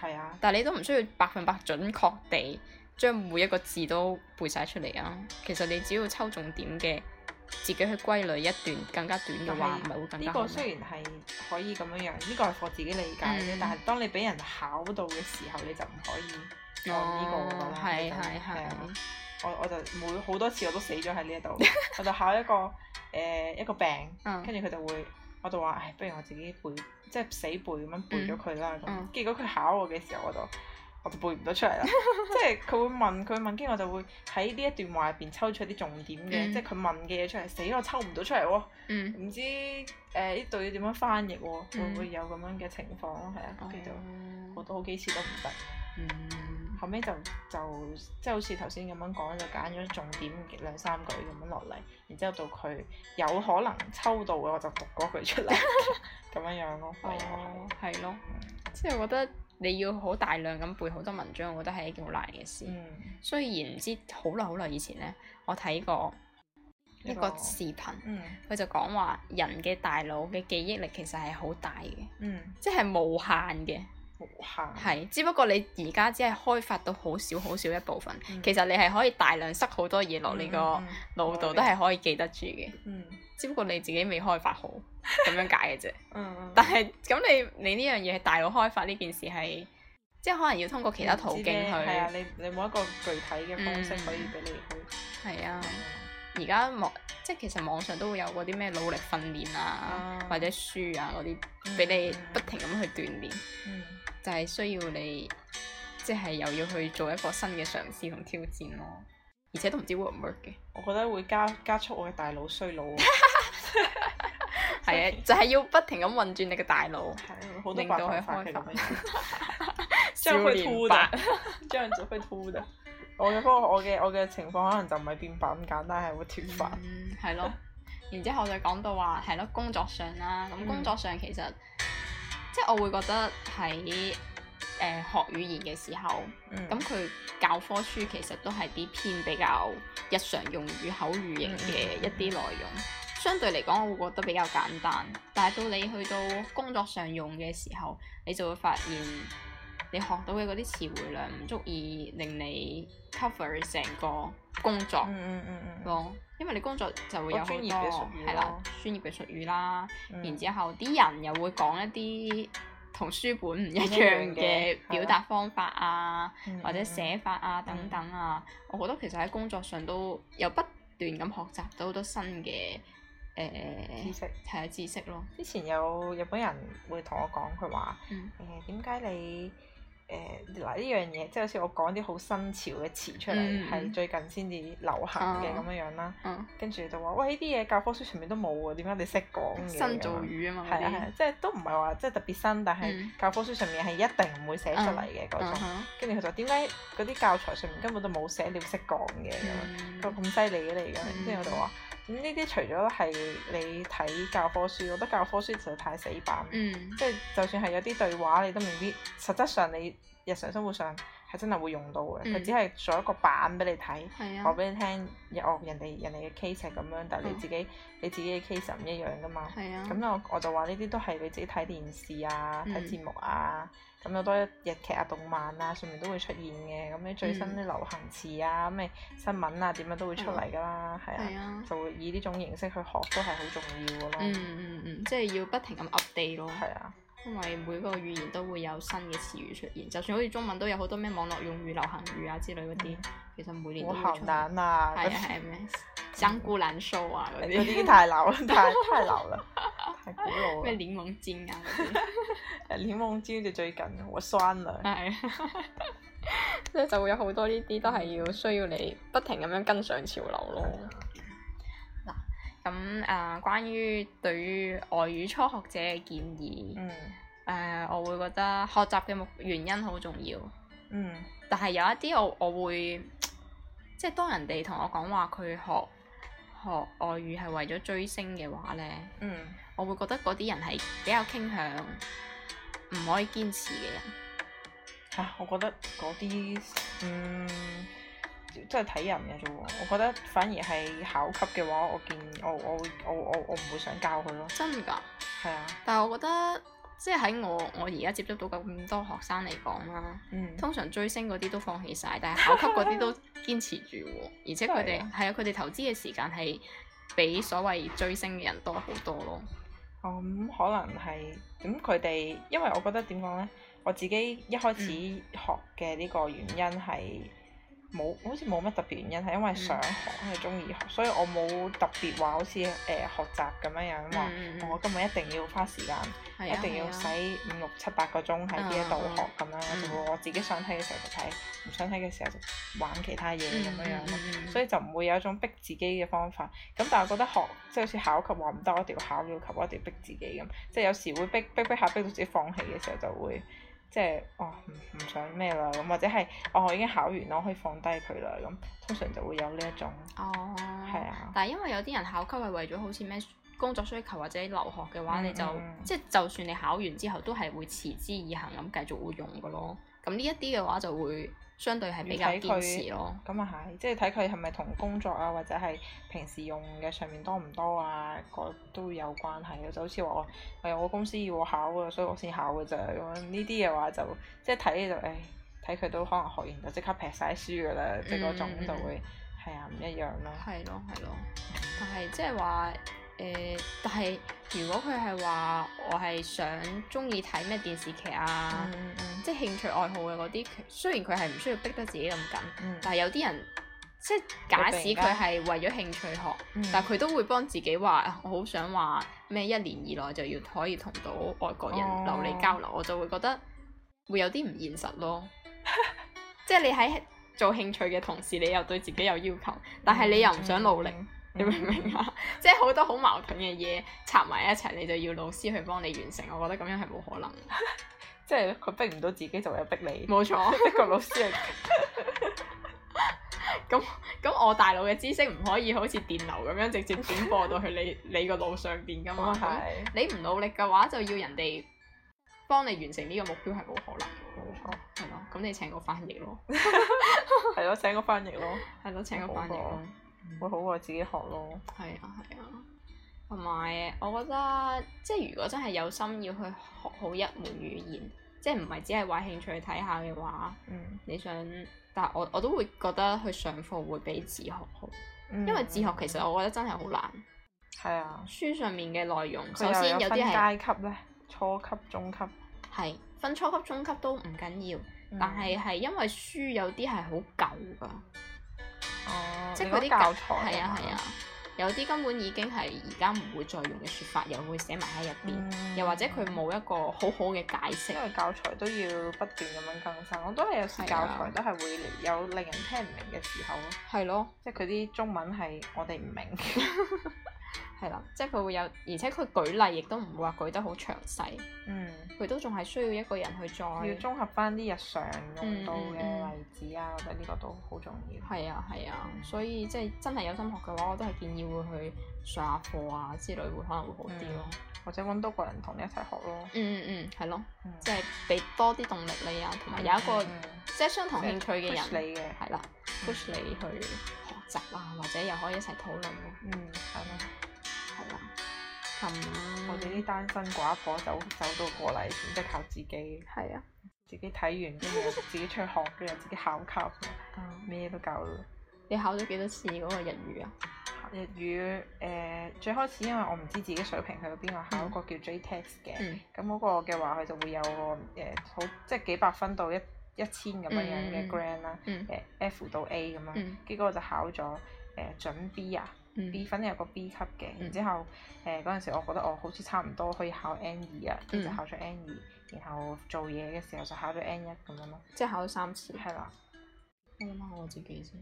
[SPEAKER 4] 係啊，
[SPEAKER 1] 但係你都唔需要百分百準確地將每一個字都背晒出嚟啊。其實你只要抽重點嘅，自己去歸類一段更加短嘅話，唔係會更
[SPEAKER 4] 呢
[SPEAKER 1] 加好
[SPEAKER 4] 個
[SPEAKER 1] 咩。
[SPEAKER 4] 雖然係可以咁樣樣，呢個係我自己理解啫。
[SPEAKER 1] 嗯
[SPEAKER 4] 但係當你俾人考到嘅時候，你就唔可以按呢個㗎
[SPEAKER 1] 哦
[SPEAKER 4] 啦。，
[SPEAKER 1] 係
[SPEAKER 4] 你就
[SPEAKER 1] 係
[SPEAKER 4] 係啊
[SPEAKER 1] 係。
[SPEAKER 4] 我我就每好多次我都死咗喺呢一度， 我就考一個誒、呃一個病，
[SPEAKER 1] 嗯
[SPEAKER 4] 跟住佢就會，我就話，唉，不如我自己背，即係死背咁樣背咗佢啦。咁、
[SPEAKER 1] 嗯
[SPEAKER 4] 結果佢考我嘅時候，我就我就背唔到出嚟 啦。即係佢會問，佢會問，跟住我就會喺呢一段話入邊抽出啲重點嘅，
[SPEAKER 1] 嗯
[SPEAKER 4] 即係佢問嘅嘢出嚟，死我抽唔到出嚟喎，
[SPEAKER 1] 嗯。
[SPEAKER 4] 唔知誒呢度要點樣翻譯喎，會唔
[SPEAKER 1] 嗯
[SPEAKER 4] 會有咁樣嘅情況咯？係啊，
[SPEAKER 1] 哦
[SPEAKER 4] 跟住就我都好幾次都唔得。
[SPEAKER 1] 嗯
[SPEAKER 4] 後尾就就即係好似頭先咁樣講，就揀咗重點兩三句咁樣落嚟，然之後到佢有可能抽到嘅，我就讀嗰 句出嚟，咁樣樣咯。唯有
[SPEAKER 1] 哦，係咯，即係我覺得你要好大量咁背好多文章，我覺得係一件好難嘅事。
[SPEAKER 4] 係嗯
[SPEAKER 1] 雖然唔知好耐好耐以前呢，我睇過一個
[SPEAKER 4] 呢個
[SPEAKER 1] 視頻，
[SPEAKER 4] 嗯
[SPEAKER 1] 佢就講話人嘅大腦嘅記憶力其實係好大嘅，
[SPEAKER 4] 嗯，
[SPEAKER 1] 即係無限嘅，
[SPEAKER 4] 無限
[SPEAKER 1] 係只不過你而家只係開發到好少好少一部分，
[SPEAKER 4] 嗯
[SPEAKER 1] 其實你係可以大量塞好多嘢落你個
[SPEAKER 4] 嗯
[SPEAKER 1] 腦度，都係可以記得住嘅，
[SPEAKER 4] 嗯嗯
[SPEAKER 1] 只不過你自己未開發好咁樣解嘅啫。
[SPEAKER 4] 嗯嗯，
[SPEAKER 1] 但係咁你你呢樣嘢係大腦開發呢件事係，即係可能要通過其他途徑
[SPEAKER 4] 係啊，
[SPEAKER 1] 去，
[SPEAKER 4] 你你冇一個具體嘅方式可以俾你去
[SPEAKER 1] 係啊。而家網即係其實網上都會有嗰啲咩努力訓練啊，
[SPEAKER 4] 啊
[SPEAKER 1] 或者書啊嗰
[SPEAKER 4] 嗯
[SPEAKER 1] 啲，俾你
[SPEAKER 4] 嗯
[SPEAKER 1] 不停咁去鍛鍊，
[SPEAKER 4] 嗯
[SPEAKER 1] 就係、需要你即係又要去做一個新嘅嘗試同挑戰咯，而且都唔知 work 唔 work 嘅，
[SPEAKER 4] 我覺得會加加速我嘅大腦衰老喎，
[SPEAKER 1] 係啊，就係、要不停咁運轉你嘅大腦，
[SPEAKER 4] 係好多
[SPEAKER 1] 令
[SPEAKER 4] 辦
[SPEAKER 1] 到佢
[SPEAKER 4] 法發
[SPEAKER 1] 開
[SPEAKER 4] 嘅咁
[SPEAKER 1] 發
[SPEAKER 4] 樣樣。
[SPEAKER 1] 少
[SPEAKER 4] 將會
[SPEAKER 1] 年
[SPEAKER 4] 吐
[SPEAKER 1] 白
[SPEAKER 4] 的，這樣子會吐的。 我嘅方，我嘅我嘅情況可能就唔係變白咁簡單，係會脱髮。
[SPEAKER 1] 嗯，係咯。然之後就講到話係咯，工作上啦，咁
[SPEAKER 4] 嗯
[SPEAKER 1] 工作上其實、即係我會覺得喺誒、呃、學語言嘅時候，
[SPEAKER 4] 嗯
[SPEAKER 1] 咁佢、教科書其實都係啲偏比較日常用語、口語型
[SPEAKER 4] 嗯
[SPEAKER 1] 嘅一啲內容。相對嚟講，我會覺得比較簡單，但係到你去到工作上用嘅時候，你就會發現你學到嘅嗰啲詞彙量唔足以令你 cover 成個工作。
[SPEAKER 4] 嗯嗯嗯
[SPEAKER 1] 咯，因為你工作就會有好多
[SPEAKER 4] 專業嘅術語
[SPEAKER 1] 係啦
[SPEAKER 4] 咯，
[SPEAKER 1] 專業嘅術語啦，
[SPEAKER 4] 嗯，
[SPEAKER 1] 然之後啲人又會講一啲同書本唔一
[SPEAKER 4] 唔一樣
[SPEAKER 1] 樣
[SPEAKER 4] 嘅
[SPEAKER 1] 嘅
[SPEAKER 4] 係啦
[SPEAKER 1] 表達方法啊，
[SPEAKER 4] 嗯
[SPEAKER 1] 或者寫法啊等等啊，我覺得其實喺工作上都有不斷咁學習到好多新嘅
[SPEAKER 4] 知
[SPEAKER 1] 誒
[SPEAKER 4] 識。
[SPEAKER 1] 係啊知識咯，
[SPEAKER 4] 嗯之前有日本人會同我講，佢話
[SPEAKER 1] 嗯
[SPEAKER 4] 誒點解你誒嗱呢樣嘢，即係好似我講啲好新潮嘅詞出嚟，
[SPEAKER 1] 嗯嗯
[SPEAKER 4] 係最近先至流行嘅
[SPEAKER 1] 啊
[SPEAKER 4] 咁樣樣啦。
[SPEAKER 1] 嗯，
[SPEAKER 4] 跟住就話喂呢啲嘢教科書上面都冇喎，點解你識講嘅？
[SPEAKER 1] 新造語啊嘛
[SPEAKER 4] 係
[SPEAKER 1] 嗰
[SPEAKER 4] 啊係啊
[SPEAKER 1] 啲，，
[SPEAKER 4] 即係都唔係話即係特別新，但係
[SPEAKER 1] 嗯
[SPEAKER 4] 教科書上面係一定唔會寫出嚟嘅
[SPEAKER 1] 嗯
[SPEAKER 4] 嗰種。
[SPEAKER 1] 哼
[SPEAKER 4] 跟住佢就話點解嗰啲教材上面根本都冇寫你要識講嘅咁樣，
[SPEAKER 1] 嗯
[SPEAKER 4] 佢話咁犀利嘅你咁樣，
[SPEAKER 1] 嗯
[SPEAKER 4] 跟住我就話咁呢啲除咗係你睇教科書，我覺得教科書實在太死板，
[SPEAKER 1] 嗯
[SPEAKER 4] 即係就算係有啲對話你都未必，實質上你日常生活上係真係會用到嘅，佢、
[SPEAKER 1] 嗯
[SPEAKER 4] 只係做一個版俾你睇。
[SPEAKER 1] 係
[SPEAKER 4] 話
[SPEAKER 1] 啊
[SPEAKER 4] 俾你聽，哦，人哋人哋嘅 case 係咁樣，但係你
[SPEAKER 1] 嗯
[SPEAKER 4] 自己、你自己嘅 case 係唔一樣噶嘛。
[SPEAKER 1] 係啊，
[SPEAKER 4] 咁我我就話呢啲都係你自己睇電視啊、睇
[SPEAKER 1] 嗯
[SPEAKER 4] 節目啊，咁有多日劇啊、動漫啊，上面都會出現嘅。咁你最新啲
[SPEAKER 1] 嗯
[SPEAKER 4] 流行詞啊、咩新聞啊，點樣都會出嚟㗎啦，係
[SPEAKER 1] 係
[SPEAKER 4] 啊，
[SPEAKER 1] 啊，
[SPEAKER 4] 就會以呢種形式去學都係好重要㗎咯。
[SPEAKER 1] 嗯嗯嗯，即係要不停咁 update 咯。
[SPEAKER 4] 係啊，
[SPEAKER 1] 因為每個語言都會有新嘅詞語出現，就算好似中文都有好多咩網絡用語、流行語啊之類嗰啲，其實每年都
[SPEAKER 4] 我
[SPEAKER 1] 會
[SPEAKER 4] 好
[SPEAKER 1] 出現。
[SPEAKER 4] 難啊！
[SPEAKER 1] 係啊係咩？香菇難收啊嗰
[SPEAKER 4] 嗰啲已
[SPEAKER 1] 啲
[SPEAKER 4] 經，太 老啦，太太老啦，太古老
[SPEAKER 1] 咩
[SPEAKER 4] 啦。
[SPEAKER 1] 檸檬煎啊嗰啲，
[SPEAKER 4] 檸檬椒就最近我酸啦。
[SPEAKER 1] 嗯係。啊 即係就會有好多呢啲都係要需要你不停咁樣跟上潮流咯。嗱，咁啊、關於對於外語初學者嘅建議，誒、
[SPEAKER 4] 嗯
[SPEAKER 1] 我會覺得學習嘅目原因好重要。
[SPEAKER 4] 嗯
[SPEAKER 1] 但係有一啲我我會即係當人哋同我講話佢學學外語係為咗追星嘅話呢，
[SPEAKER 4] 嗯
[SPEAKER 1] 我會覺得嗰啲人係比較傾向唔可以堅持嘅人。
[SPEAKER 4] 嚇、我覺得嗰啲嗯真係睇人嘅啫喎。我覺得反而係考級嘅話，我建議我我會我我我唔會想教佢咯。
[SPEAKER 1] 真㗎。
[SPEAKER 4] 係啊，
[SPEAKER 1] 但係我覺得，即係喺我我而家接觸到咁多學生嚟講啦，
[SPEAKER 4] 嗯，
[SPEAKER 1] 通常追星嗰啲都放棄晒，但 係考級嗰啲都堅持住喎。而且佢哋
[SPEAKER 4] 真係㗎
[SPEAKER 1] 係啊，佢哋投資嘅時間係比所謂追星嘅人多好多咯。
[SPEAKER 4] 哦咁、可能係咁佢哋，因為我覺得點講咧，我自己一開始
[SPEAKER 1] 嗯
[SPEAKER 4] 學嘅呢個原因係冇好似冇乜特別原因，係
[SPEAKER 1] 嗯
[SPEAKER 4] 因為想學係中意學，所以我冇特別話好似誒、呃、學習咁樣樣話。
[SPEAKER 1] 嗯，
[SPEAKER 4] 我今日一定要花時間，
[SPEAKER 1] 係
[SPEAKER 4] 一
[SPEAKER 1] 啊
[SPEAKER 4] 定要
[SPEAKER 1] 係
[SPEAKER 4] 使
[SPEAKER 1] 啊
[SPEAKER 4] 五六七八個鐘喺呢一度
[SPEAKER 1] 嗯嗯
[SPEAKER 4] 學咁樣，就
[SPEAKER 1] 嗯
[SPEAKER 4] 會我自己想睇嘅時候就睇，唔想睇嘅時候就玩其他嘢咁樣樣咯。
[SPEAKER 1] 嗯
[SPEAKER 4] 所以就唔會有一種逼自己嘅方法。咁但係我覺得學即係好似考級話唔得，我一定要考要及，我一定要逼自己咁。即係有時會逼逼逼下，逼到自己放棄嘅時候就會即係哦唔唔想咩啦咁，或者係哦我已經考完啦，我可以放低佢啦咁。通常就會有呢一種
[SPEAKER 1] 哦，
[SPEAKER 4] 係啊，
[SPEAKER 1] 但係因為有啲人考級係為咗好似咩工作需求或者留學嘅話，
[SPEAKER 4] 嗯
[SPEAKER 1] 你就
[SPEAKER 4] 嗯嗯
[SPEAKER 1] 即係就算你考完之後都係會持之以恆咁繼續會用嘅咯。咁呢一啲嘅話就會相對係比較
[SPEAKER 4] 要睇佢
[SPEAKER 1] 堅持咯。
[SPEAKER 4] 咁啊係，即係睇佢係咪同工作啊或者係平時用嘅上面多唔多啊，個都有關係咯。就好似話我係我公司要我考啊，所以我先考嘅咋咁樣。呢啲嘅話就即係睇就誒睇佢都可能學完就即刻劈晒書㗎啦，即係嗰
[SPEAKER 1] 嗯嗯
[SPEAKER 4] 種就會係啊唔一樣咯。
[SPEAKER 1] 係咯，係咯。但係即係話誒，但係如果佢係話我係想中意睇咩電視劇啊，
[SPEAKER 4] 嗯嗯
[SPEAKER 1] 即係興趣愛好嘅嗰啲，佢雖然佢係唔需要逼得自己咁緊，
[SPEAKER 4] 嗯
[SPEAKER 1] 但係有啲人即係假使佢係為咗興趣學，
[SPEAKER 4] 嗯
[SPEAKER 1] 但係佢都會幫自己話，啊我好想話咩一年以內就要可以同到外國人
[SPEAKER 4] 哦
[SPEAKER 1] 流利交流，我就會覺得會有啲唔現實 咯。即係你喺做興趣嘅同時，你又對自己有要求，但係你又唔想努力。
[SPEAKER 4] 嗯
[SPEAKER 1] 你明唔明啊？ 即係好多好矛盾嘅嘢插埋一齊，你就要老師去幫你完成。我覺得咁樣係冇可能。
[SPEAKER 4] 即係佢逼唔到自己，就有逼你。
[SPEAKER 1] 冇錯，
[SPEAKER 4] 逼個老師嚟
[SPEAKER 1] 咁咁我大腦嘅知識唔可以好似電流咁樣直接轉播到去你你個腦上邊噶
[SPEAKER 4] 咁
[SPEAKER 1] 嘛
[SPEAKER 4] 啊？
[SPEAKER 1] 咁
[SPEAKER 4] 係，
[SPEAKER 1] 你唔努力嘅話，就要人哋幫你完成呢個目標係冇可能
[SPEAKER 4] 冇
[SPEAKER 1] 嘅
[SPEAKER 4] 錯
[SPEAKER 1] 喎。係咯，咁你請個翻譯咯，
[SPEAKER 4] 係咯，請個翻譯咯，
[SPEAKER 1] 係咯，請個翻譯
[SPEAKER 4] 好
[SPEAKER 1] 咯
[SPEAKER 4] 過。會好過自己學咯。
[SPEAKER 1] 係啊，係啊。同埋，我覺得即係如果真係有心要去學好一門語言，即係唔係只係話興趣睇下嘅話，
[SPEAKER 4] 嗯，
[SPEAKER 1] 你想，但係我我都會覺得去上課會比自學好，
[SPEAKER 4] 嗯
[SPEAKER 1] 因為自學其實我覺得真係好難。
[SPEAKER 4] 係啊。
[SPEAKER 1] 書上面嘅內容，
[SPEAKER 4] 佢
[SPEAKER 1] 首
[SPEAKER 4] 又
[SPEAKER 1] 先有
[SPEAKER 4] 有分
[SPEAKER 1] 啲係
[SPEAKER 4] 階級咧，初級、中級，
[SPEAKER 1] 係分初級、中級都唔緊要，但係係因為書有啲係好舊㗎，
[SPEAKER 4] 哦，
[SPEAKER 1] 即係
[SPEAKER 4] 你
[SPEAKER 1] 嗰
[SPEAKER 4] 講
[SPEAKER 1] 啲
[SPEAKER 4] 教
[SPEAKER 1] 舊
[SPEAKER 4] 材
[SPEAKER 1] 係啊
[SPEAKER 4] 嘛
[SPEAKER 1] 係啊，，有啲根本已經係而家唔會再用嘅説法，又會寫埋喺入邊。
[SPEAKER 4] 嗯
[SPEAKER 1] 又或者佢冇一個好好嘅解釋
[SPEAKER 4] 因。為教材都要不斷咁樣更新，我都係有時
[SPEAKER 1] 係啊
[SPEAKER 4] 教材都係會有令人聽唔明嘅時候咯，
[SPEAKER 1] 係咯，
[SPEAKER 4] 即係佢啲中文係我哋唔明，
[SPEAKER 1] 係啦，即係佢會有，而且佢舉例亦都唔會話舉得好詳細，
[SPEAKER 4] 嗯，
[SPEAKER 1] 佢都仲係需要一個人去再。
[SPEAKER 4] 要綜合翻啲日常用到
[SPEAKER 1] 嗯嗯
[SPEAKER 4] 嘅
[SPEAKER 1] 嗯
[SPEAKER 4] 例子啊，我覺得呢個都好重要。
[SPEAKER 1] 係啊係啊，所以即係真係有心學嘅話，我都係建議會去上下課啊之類，會可能會好啲咯。
[SPEAKER 4] 或者揾多個人同你一齊學咯，
[SPEAKER 1] 嗯嗯嗯，係咯，
[SPEAKER 4] 嗯
[SPEAKER 1] 即係俾多啲動力你啊，同埋有一個
[SPEAKER 4] 嗯嗯
[SPEAKER 1] 即係相同興趣嘅
[SPEAKER 4] push
[SPEAKER 1] 人，
[SPEAKER 4] 你嘅，
[SPEAKER 1] 係啦，push 你去學習啊，或者又可以一齊討論咯，
[SPEAKER 4] 嗯，係咯。
[SPEAKER 1] 係啦。咁啊
[SPEAKER 4] 我哋啲單身寡婆走走到過嚟，全即係靠自己，
[SPEAKER 1] 係啊，
[SPEAKER 4] 自己睇完跟住又自己出去學，跟住又自己考級，
[SPEAKER 1] 啊
[SPEAKER 4] 咩都搞啦。
[SPEAKER 1] 你考咗幾多次嗰個日語啊？
[SPEAKER 4] 日語誒、呃最開始因為我唔知自己水平去到邊，我考一個叫 JTEX 嘅，
[SPEAKER 1] 嗯，
[SPEAKER 4] 咁嗰、個嘅話佢就會有個誒、呃好即係幾百分到一一千咁樣樣
[SPEAKER 1] 嗯嗯嗯
[SPEAKER 4] 嘅 grand 啦，
[SPEAKER 1] 嗯
[SPEAKER 4] 誒、F 到 A 咁樣
[SPEAKER 1] 嗯，
[SPEAKER 4] 結果我就考咗誒、呃、準 B 啊。
[SPEAKER 1] 嗯
[SPEAKER 4] B 分有個 B 級嘅，
[SPEAKER 1] 嗯
[SPEAKER 4] 然之後誒嗰陣時，我覺得我好似差唔多可以考 N 二啊，
[SPEAKER 1] 嗯
[SPEAKER 4] 就考咗 N 二，然後做嘢嘅時候就考咗 N 一咁樣咯，
[SPEAKER 1] 即係考咗三次。
[SPEAKER 4] 係啦，
[SPEAKER 1] 我諗下我自己先，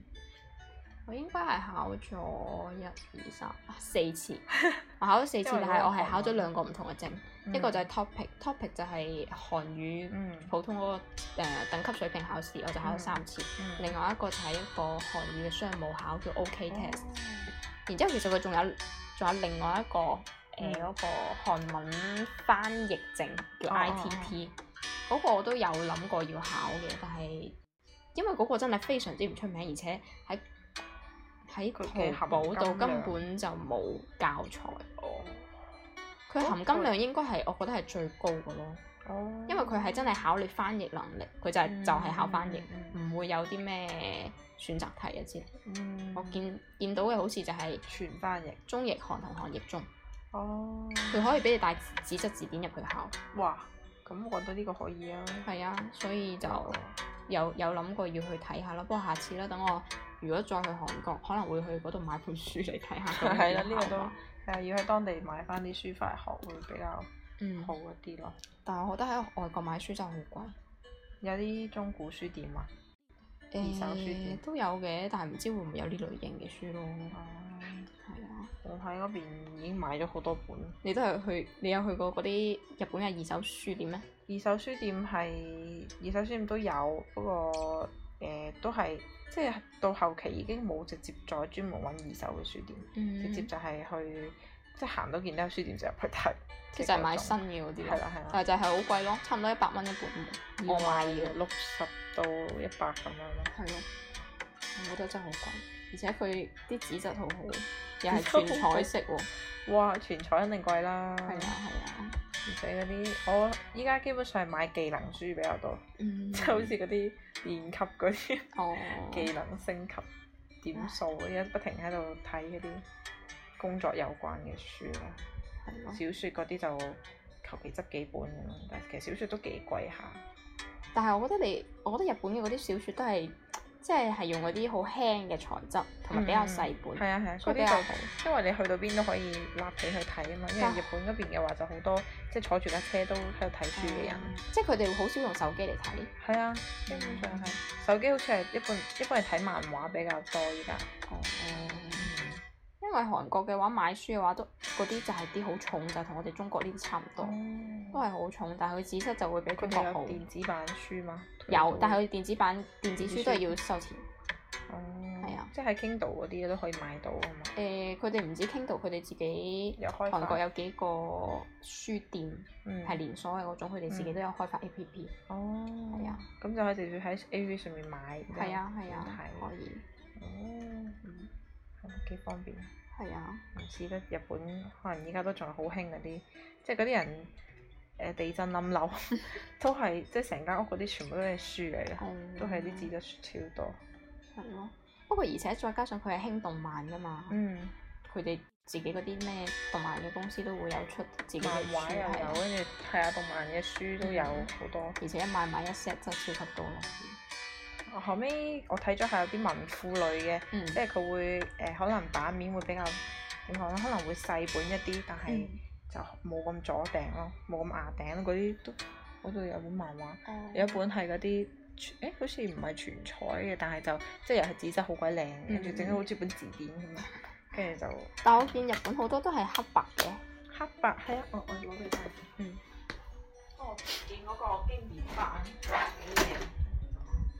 [SPEAKER 1] 我應該係考咗一、二、三、啊四 次。我考咗四次，但
[SPEAKER 4] 因為
[SPEAKER 1] 係我
[SPEAKER 4] 嗰個
[SPEAKER 1] 係考咗兩個唔同嘅證，一個就係
[SPEAKER 4] 嗯
[SPEAKER 1] topic，topic 就係韓語
[SPEAKER 4] 嗯
[SPEAKER 1] 普通嗰個誒等級水平考試，我就考咗三次。
[SPEAKER 4] 嗯
[SPEAKER 1] 另外一個就係一個韓語嘅商務考叫 OK
[SPEAKER 4] 哦
[SPEAKER 1] test，然之後其實佢仲有仲有另外一個誒
[SPEAKER 4] 嗯
[SPEAKER 1] 嗰、個韓文翻譯證叫
[SPEAKER 4] 哦哦哦
[SPEAKER 1] ITT，嗰、個我都有諗過要考嘅，但係因為嗰個真係非常之唔出名，而且喺
[SPEAKER 4] 佢嘅
[SPEAKER 1] 喺淘
[SPEAKER 4] 含
[SPEAKER 1] 寶
[SPEAKER 4] 金
[SPEAKER 1] 度根
[SPEAKER 4] 量
[SPEAKER 1] 本就冇教材，
[SPEAKER 4] 哦，
[SPEAKER 1] 佢含金
[SPEAKER 4] 佢
[SPEAKER 1] 量應該係我覺得係最高嘅咯，
[SPEAKER 4] 哦，
[SPEAKER 1] 因為佢係真係考你翻譯能力，佢就係、就係考翻譯，
[SPEAKER 4] 嗯
[SPEAKER 1] 唔會有啲咩選擇題啊之類。
[SPEAKER 4] 嗯
[SPEAKER 1] 我見見到嘅好似就係
[SPEAKER 4] 全翻譯，
[SPEAKER 1] 中譯韓同韓譯中，
[SPEAKER 4] 哦，
[SPEAKER 1] 佢可以俾你帶紙質字典入去考。
[SPEAKER 4] 哇，咁我覺得呢個可以啊，
[SPEAKER 1] 係啊，所以就有有諗過要去睇下啦。不過下次啦，等我如果再去韓國，可能會去嗰度買本書嚟睇下究竟
[SPEAKER 4] 係啦，
[SPEAKER 1] 點
[SPEAKER 4] 呢個
[SPEAKER 1] 考
[SPEAKER 4] 都
[SPEAKER 1] 法
[SPEAKER 4] 但係啊要喺當地買翻啲書翻嚟學會比較
[SPEAKER 1] 嗯
[SPEAKER 4] 好，一啲咯。
[SPEAKER 1] 但係我覺得喺外國買書真係好貴。
[SPEAKER 4] 有啲中古書店啊，
[SPEAKER 1] 誒、
[SPEAKER 4] 二手書店
[SPEAKER 1] 都有嘅，但係唔知會唔會有呢類型嘅書咯。
[SPEAKER 4] 哦
[SPEAKER 1] 係啊，
[SPEAKER 4] 我喺嗰邊已經買咗好多本。
[SPEAKER 1] 你都係去，你有去過嗰啲日本嘅二手書店咩？
[SPEAKER 4] 二手書店係二手書店都有，不過誒都係即係到後期已經冇直接再專門揾二手嘅書店，
[SPEAKER 1] 嗯
[SPEAKER 4] 直接就係去即係行到見到有書店就入去睇。
[SPEAKER 1] 即係就係買
[SPEAKER 4] 嗰種
[SPEAKER 1] 新嘅嗰啲
[SPEAKER 4] 係啦
[SPEAKER 1] 咯，
[SPEAKER 4] 係啦
[SPEAKER 1] 但係就係好貴咯，差唔多一百蚊一本。我買嘅
[SPEAKER 4] 六十到一百咁樣咯。
[SPEAKER 1] 係咯，我覺得真係好貴，而且佢啲紙質好好，又 係全彩色喎。
[SPEAKER 4] 哇！全彩肯定貴啦，
[SPEAKER 1] 係啊係啊，
[SPEAKER 4] 而且嗰啲我依家基本上係買技能書比較多，
[SPEAKER 1] 嗯
[SPEAKER 4] 即係好似嗰啲練級嗰啲。
[SPEAKER 1] 哦，
[SPEAKER 4] 技能升級點數，而家不停喺度睇嗰啲工作有關嘅書咯。
[SPEAKER 1] 係咯
[SPEAKER 4] 小説嗰啲就求其執幾本咁樣，但係其實小説都幾貴下。
[SPEAKER 1] 但係我覺得你，我覺得日本嘅嗰啲小説都係，即係係用嗰啲好輕嘅材質，同埋比較細本，
[SPEAKER 4] 係啊係啊，
[SPEAKER 1] 所
[SPEAKER 4] 嗰
[SPEAKER 1] 以比較
[SPEAKER 4] 啲
[SPEAKER 1] 好。
[SPEAKER 4] 就因為你去到邊都可以立起去睇啊嘛。因
[SPEAKER 1] 但
[SPEAKER 4] 為日本嗰邊嘅話就好多即係坐住架車都喺度睇書嘅人。
[SPEAKER 1] 即係佢哋會好少用手機嚟睇。
[SPEAKER 4] 係啊，基本上係手機好似係一般一般係睇漫畫比較多依家。
[SPEAKER 1] 哦，因為韓國嘅話買書嘅話都嗰啲就係啲好重，就同我哋中國呢啲差唔多，都
[SPEAKER 4] 哦，
[SPEAKER 1] 係好重，但係佢紙質就會比
[SPEAKER 4] 佢
[SPEAKER 1] 中
[SPEAKER 4] 哋
[SPEAKER 1] 國
[SPEAKER 4] 有
[SPEAKER 1] 好。
[SPEAKER 4] 電子版書嘛？
[SPEAKER 1] 有，但
[SPEAKER 4] 佢
[SPEAKER 1] 係佢電子版電子書都係要收錢。
[SPEAKER 4] 哦，
[SPEAKER 1] 係啊
[SPEAKER 4] 即係喺 Kindle 嗰啲都可以買到啊嘛，
[SPEAKER 1] 誒，佢哋唔止 Kindle，佢哋自己
[SPEAKER 4] 有開發
[SPEAKER 1] 韓國有幾個書店
[SPEAKER 4] 嗯
[SPEAKER 1] 係連鎖嘅嗰種，佢哋自己都有開發 A P P。
[SPEAKER 4] 哦，
[SPEAKER 1] 係啊，
[SPEAKER 4] 咁就可以直接喺 A V 上面買，然之後
[SPEAKER 1] 係啊係啊，
[SPEAKER 4] 睇
[SPEAKER 1] 可以。
[SPEAKER 4] 哦，
[SPEAKER 1] 嗯
[SPEAKER 4] 係咯幾方便，唔
[SPEAKER 1] 係啊，
[SPEAKER 4] 似得日本可能依家都仲係好興嗰啲，即係嗰啲人誒、呃地震 冧樓都係即係成間屋嗰啲全部都係書嚟嘅，
[SPEAKER 1] 哦
[SPEAKER 4] 嗯都係啲紙質書超多，
[SPEAKER 1] 嗯係咯。不過而且再加上佢係興動漫噶嘛，
[SPEAKER 4] 嗯，
[SPEAKER 1] 佢哋自己嗰啲咩動漫嘅公司都會有出自己
[SPEAKER 4] 漫
[SPEAKER 1] 嘅書
[SPEAKER 4] 畫又
[SPEAKER 1] 係啊
[SPEAKER 4] 有，跟住係啊動漫嘅書都有好多。
[SPEAKER 1] 而且一買買一 set 真係超級多咯。
[SPEAKER 4] 我後尾我睇咗係有啲文庫類嘅。
[SPEAKER 1] 嗯，
[SPEAKER 4] 即係佢會誒、呃可能版面會比較點講咧，可能會細本一啲，但係
[SPEAKER 1] 嗯
[SPEAKER 4] 就冇咁左頂咯，冇咁牙頂嗰啲都。嗰度有本漫畫，有
[SPEAKER 1] 嗯
[SPEAKER 4] 一本係嗰啲全，誒好似唔係全彩嘅，但係就即係又係紙質好鬼靚，跟住整到好似本字典咁樣，跟住就
[SPEAKER 1] 但我見日本好多都係黑白嘅。
[SPEAKER 4] 黑白係啊，我我攞俾曬。
[SPEAKER 1] 嗯。
[SPEAKER 4] 我見嗰個經典版幾靚，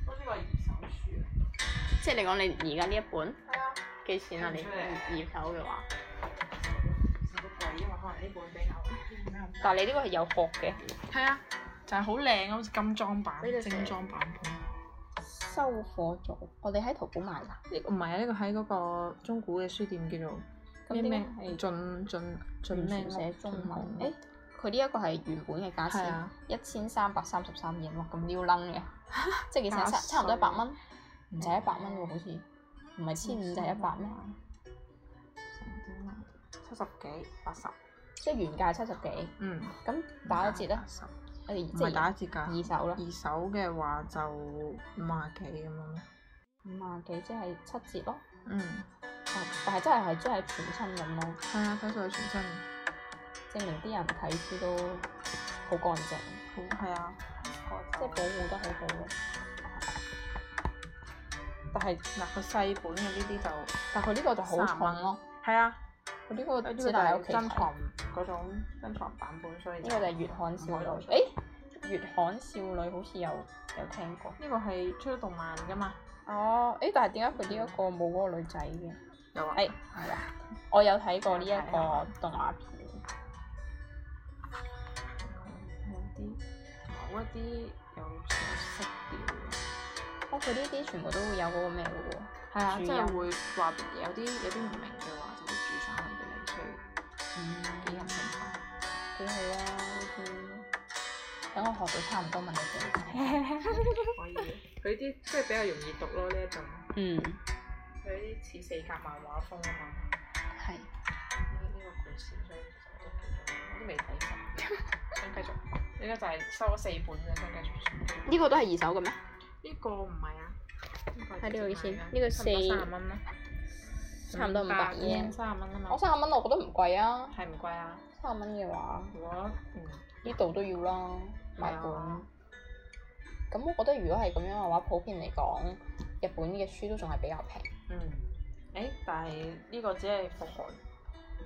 [SPEAKER 4] 好似話二手書。啊
[SPEAKER 1] 即係你講你而家呢一本
[SPEAKER 4] 係啊。
[SPEAKER 1] 幾錢啊？你
[SPEAKER 4] 出
[SPEAKER 1] 二二手嘅話，
[SPEAKER 4] 少少貴，因為可能呢本比較比較
[SPEAKER 1] 但係你呢個係有殼嘅。
[SPEAKER 4] 係啊，就係好靚，啊好似金裝版
[SPEAKER 1] 呢度寫
[SPEAKER 4] 版本。
[SPEAKER 1] 收貨咗，我哋喺淘寶買㗎。
[SPEAKER 4] 呢個唔係啊，呢個喺嗰個中古嘅書店叫做咩咩
[SPEAKER 1] 係
[SPEAKER 4] 進進進
[SPEAKER 1] 全
[SPEAKER 4] 咩
[SPEAKER 1] 全啊
[SPEAKER 4] 嗯
[SPEAKER 1] 寫中文。誒，佢呢一個係原本嘅價
[SPEAKER 4] 係
[SPEAKER 1] 錢
[SPEAKER 4] 啊，
[SPEAKER 1] 一千三百三十三円喎，咁撩楞 嘅，即係幾錢？差
[SPEAKER 4] 加
[SPEAKER 1] 差唔多一百
[SPEAKER 4] 稅
[SPEAKER 1] 蚊，唔
[SPEAKER 4] 嗯
[SPEAKER 1] 使一百蚊喎，好似唔係千五就係一百咩？
[SPEAKER 4] 七十幾八十，
[SPEAKER 1] 即係原價七十幾，
[SPEAKER 4] 嗯，
[SPEAKER 1] 咁打咗折咧
[SPEAKER 4] 八，十唔
[SPEAKER 1] 我哋即
[SPEAKER 4] 係打
[SPEAKER 1] 係
[SPEAKER 4] 折㗎。
[SPEAKER 1] 二手啦，
[SPEAKER 4] 二手嘅話就五啊幾咁樣咯。
[SPEAKER 1] 五萬幾即係七折咯。
[SPEAKER 4] 嗯，
[SPEAKER 1] 但但係真係係真係全新咁咯，
[SPEAKER 4] 係啊，睇上去全新，
[SPEAKER 1] 證明啲人睇書都好乾淨，
[SPEAKER 4] 係啊，
[SPEAKER 1] 即係保護得好好咯。
[SPEAKER 4] 但係嗱，佢細本嘅呢啲就
[SPEAKER 1] 但佢呢個就好重咯，
[SPEAKER 4] 係啊，
[SPEAKER 1] 佢呢個
[SPEAKER 4] 呢個
[SPEAKER 1] 只
[SPEAKER 4] 就
[SPEAKER 1] 能喺屋
[SPEAKER 4] 係
[SPEAKER 1] 企
[SPEAKER 4] 珍
[SPEAKER 1] 睇。
[SPEAKER 4] 藏嗰種珍藏版本，所以
[SPEAKER 1] 呢個就係粵刊少
[SPEAKER 4] 唔可以攞
[SPEAKER 1] 女，
[SPEAKER 4] 出嚟
[SPEAKER 1] 誒粵刊少女好似有有聽過。
[SPEAKER 4] 呢個係出咗動漫㗎嘛？
[SPEAKER 1] 哦，誒但係點解佢呢一個冇嗰個女仔嘅？
[SPEAKER 4] 有啊
[SPEAKER 1] 誒係啊，我有睇過呢一個動畫片，
[SPEAKER 4] 有啲某一啲有有色調嘅，
[SPEAKER 1] 哦，佢呢啲全部都會有嗰個咩嘅喎。
[SPEAKER 4] 係啊，
[SPEAKER 1] 主
[SPEAKER 4] 即係
[SPEAKER 1] 音
[SPEAKER 4] 會話有啲有啲唔明嘅話就會煮翻俾你，所以
[SPEAKER 1] 嗯
[SPEAKER 4] 幾人性化。
[SPEAKER 1] 幾好啊！呢啲等我學到差唔多問你 哋。
[SPEAKER 4] 可以，佢啲即係比較容易讀咯呢一種，
[SPEAKER 1] 嗯，
[SPEAKER 4] 佢啲似四格漫畫風啊嘛。
[SPEAKER 1] 係。
[SPEAKER 4] 呢呢個故事所以其實我都幾中意我都未睇晒。 想繼續，呢個就係收咗四本嘅，想繼續。
[SPEAKER 1] 呢個都係二手嘅咩？
[SPEAKER 4] 呢個唔係啊，
[SPEAKER 1] 喺呢度先
[SPEAKER 4] 呢
[SPEAKER 1] 呢個
[SPEAKER 4] 差唔多
[SPEAKER 1] 四
[SPEAKER 4] 三十蚊啦，
[SPEAKER 1] 差唔多五百 yen
[SPEAKER 4] 三十蚊啊嘛
[SPEAKER 1] 我。三十蚊，我覺得唔貴啊。
[SPEAKER 4] 係唔貴啊？
[SPEAKER 1] 三十蚊嘅話，
[SPEAKER 4] 如果嗯
[SPEAKER 1] 呢度都要啦，買本。
[SPEAKER 4] 係啊
[SPEAKER 1] 咁我覺得如果係咁樣嘅話，普遍嚟講，日本嘅書都仲係比較平，
[SPEAKER 4] 嗯，誒，但係呢個只係復韓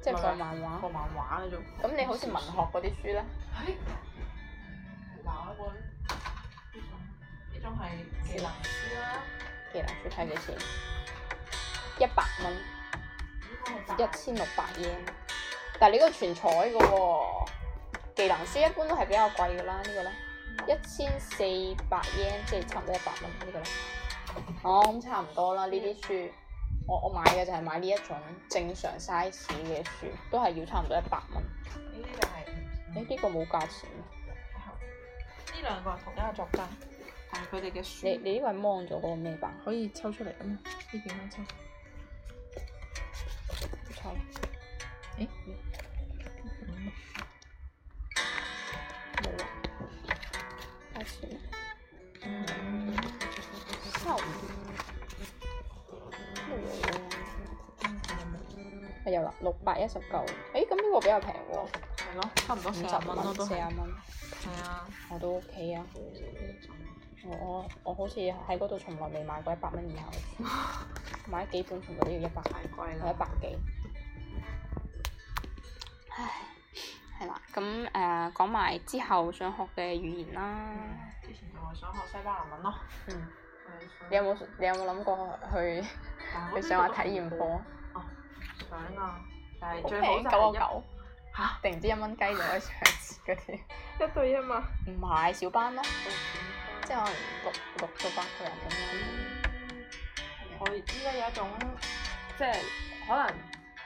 [SPEAKER 1] 即係
[SPEAKER 4] 咪
[SPEAKER 1] 放
[SPEAKER 4] 咪
[SPEAKER 1] 漫畫
[SPEAKER 4] 個。漫畫嗰種。
[SPEAKER 1] 咁你好似文學嗰啲書咧，
[SPEAKER 4] 係嗱，嗰本呢種呢種係技能書啦，
[SPEAKER 1] 技能書睇幾錢？一百蚊，
[SPEAKER 4] 呢個係
[SPEAKER 1] 一千六百 yen。但係你嗰個全彩嘅喎，技能書一般都係比較貴嘅啦。呢、個咧一千四百 yen，即係差唔多一百蚊呢個咧。哦，咁差唔多啦。呢啲書我我買嘅就係買呢一種正常 size 嘅書，都係要差唔多一百蚊。
[SPEAKER 4] 呢啲就係
[SPEAKER 1] 誒、呢、個冇價錢啊嘅
[SPEAKER 4] 呢兩個係同一個作家，但係佢哋嘅
[SPEAKER 1] 你
[SPEAKER 4] 書
[SPEAKER 1] 你呢個係芒咗嗰個咩版？啊
[SPEAKER 4] 可以抽出嚟㗎嘛？呢幾蚊抽？
[SPEAKER 1] 錯啦
[SPEAKER 4] 誒
[SPEAKER 1] 嗯冇啦，啊價錢啊收冇啦啊有啦，六百一十九。誒，咁呢個比較平喎，
[SPEAKER 4] 係咯，差唔多
[SPEAKER 1] 五
[SPEAKER 4] 四
[SPEAKER 1] 十
[SPEAKER 4] 十蚊咯，都
[SPEAKER 1] 哦四十
[SPEAKER 4] 係。
[SPEAKER 1] 蚊，
[SPEAKER 4] 係啊，
[SPEAKER 1] 我都 OK 啊。我我我好似喺嗰度從來未買過一百蚊以下嘅 書，買幾本全部都要一百，
[SPEAKER 4] 太貴
[SPEAKER 1] 有一
[SPEAKER 4] 啦。
[SPEAKER 1] 百幾。唉，係啦，咁誒講埋之後想學嘅語言啦。
[SPEAKER 4] 之前就話想學西班牙文咯。哎
[SPEAKER 1] 嗯，
[SPEAKER 4] 係
[SPEAKER 1] 你有冇你有冇諗過去去上下體驗課？
[SPEAKER 4] 想啊，但係
[SPEAKER 1] 好
[SPEAKER 4] 最
[SPEAKER 1] 平
[SPEAKER 4] 好就
[SPEAKER 1] 九啊
[SPEAKER 4] 係一
[SPEAKER 1] 九，
[SPEAKER 4] 嚇
[SPEAKER 1] 定唔知一蚊雞就可以上一次嗰啲。
[SPEAKER 4] 一對一嘛。
[SPEAKER 1] 唔係小班咯，即係可能六六到八個人咁樣。
[SPEAKER 4] 嗯我依家有一種即係可能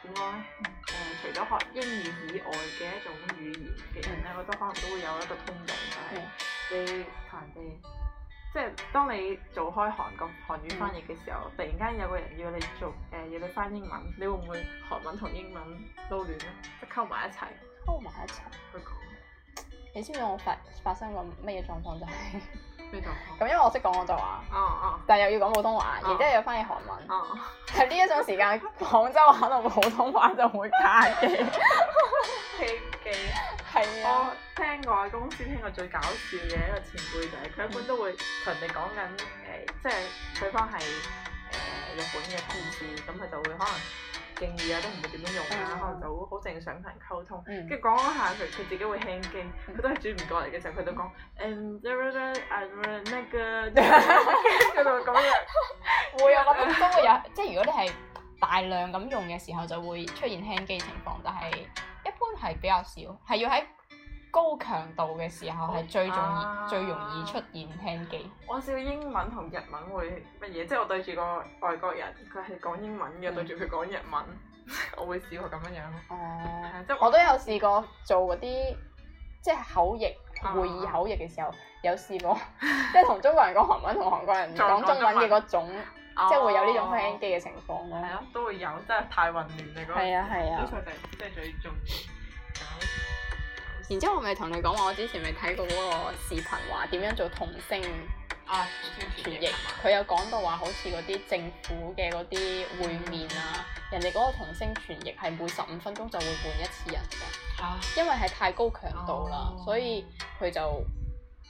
[SPEAKER 4] 點講咧？誒、除咗學英語以外嘅一種語言嘅人咧，我覺得可能都會有一個通病，就係、你同人哋即係當你做開韓國韓語翻譯嘅時候，突然間有個人要你做誒、要你翻英文，你會唔會韓文同英文撈亂咧？即係溝埋一齊
[SPEAKER 1] 溝埋一齊。
[SPEAKER 4] 去講
[SPEAKER 1] 你知唔知我發發生過乜嘢狀況就係、
[SPEAKER 4] 咩狀
[SPEAKER 1] 咁，因為
[SPEAKER 4] 況？
[SPEAKER 1] 我識講廣州話，
[SPEAKER 4] 哦哦
[SPEAKER 1] 但又要講普通話，然之後又要翻譯韓文。
[SPEAKER 4] 哦，
[SPEAKER 1] 喺呢一種時間，廣州話同普通話就會卡機。
[SPEAKER 4] 飛機。
[SPEAKER 1] 係啊
[SPEAKER 4] 我，聽過喺公司聽過最搞笑嘅一個前輩就係佢一般都會同人哋講緊誒，即係對方係誒、日本嘅同事，咁佢就會可能敬語啊都唔會點樣用啊，可能就會好正常同人溝通。
[SPEAKER 1] 嗯
[SPEAKER 4] 跟住講嗰下佢佢自己會輕機，佢都係轉唔過嚟嘅時候，佢就講嗯誒啊那 個，佢就咁樣。
[SPEAKER 1] 會 啊，我覺得都會有，即係如果你係大量咁用嘅時候，就會出現輕機情況，但係一般係比較少，係要喺高強度嘅時候係最容易、
[SPEAKER 4] 啊
[SPEAKER 1] 最容易出現輕機。
[SPEAKER 4] 我試過英文同日文會乜嘢，即係我對住個外國人，佢係講英文嘅，
[SPEAKER 1] 嗯
[SPEAKER 4] 對住佢講日文， 我會試過咁樣樣咯。
[SPEAKER 1] 哦
[SPEAKER 4] 係啊即係
[SPEAKER 1] 我都有試過做嗰啲即係口譯會
[SPEAKER 4] 啊
[SPEAKER 1] 議口譯嘅時候，有試過 即係同中國人講韓文，同韓國人講中文嘅嗰種，即係會有呢種輕機嘅情況
[SPEAKER 4] 哦係啊
[SPEAKER 1] 咯。
[SPEAKER 4] 咯，都會有，真係太混亂啦嗰個。
[SPEAKER 1] 啊係
[SPEAKER 4] 呢個就係即係最重要。
[SPEAKER 1] 然之後我咪同你講話，我之前咪睇過嗰個視頻話點樣做童聲
[SPEAKER 4] 啊，
[SPEAKER 1] 傳譯，佢有講到話好似嗰啲政府嘅嗰啲會面啊，人哋嗰個童聲傳譯係每十五分鐘就會換一次人嘅。
[SPEAKER 4] 嚇，
[SPEAKER 1] 因為係太高強度啦，
[SPEAKER 4] 哦
[SPEAKER 1] 所以佢就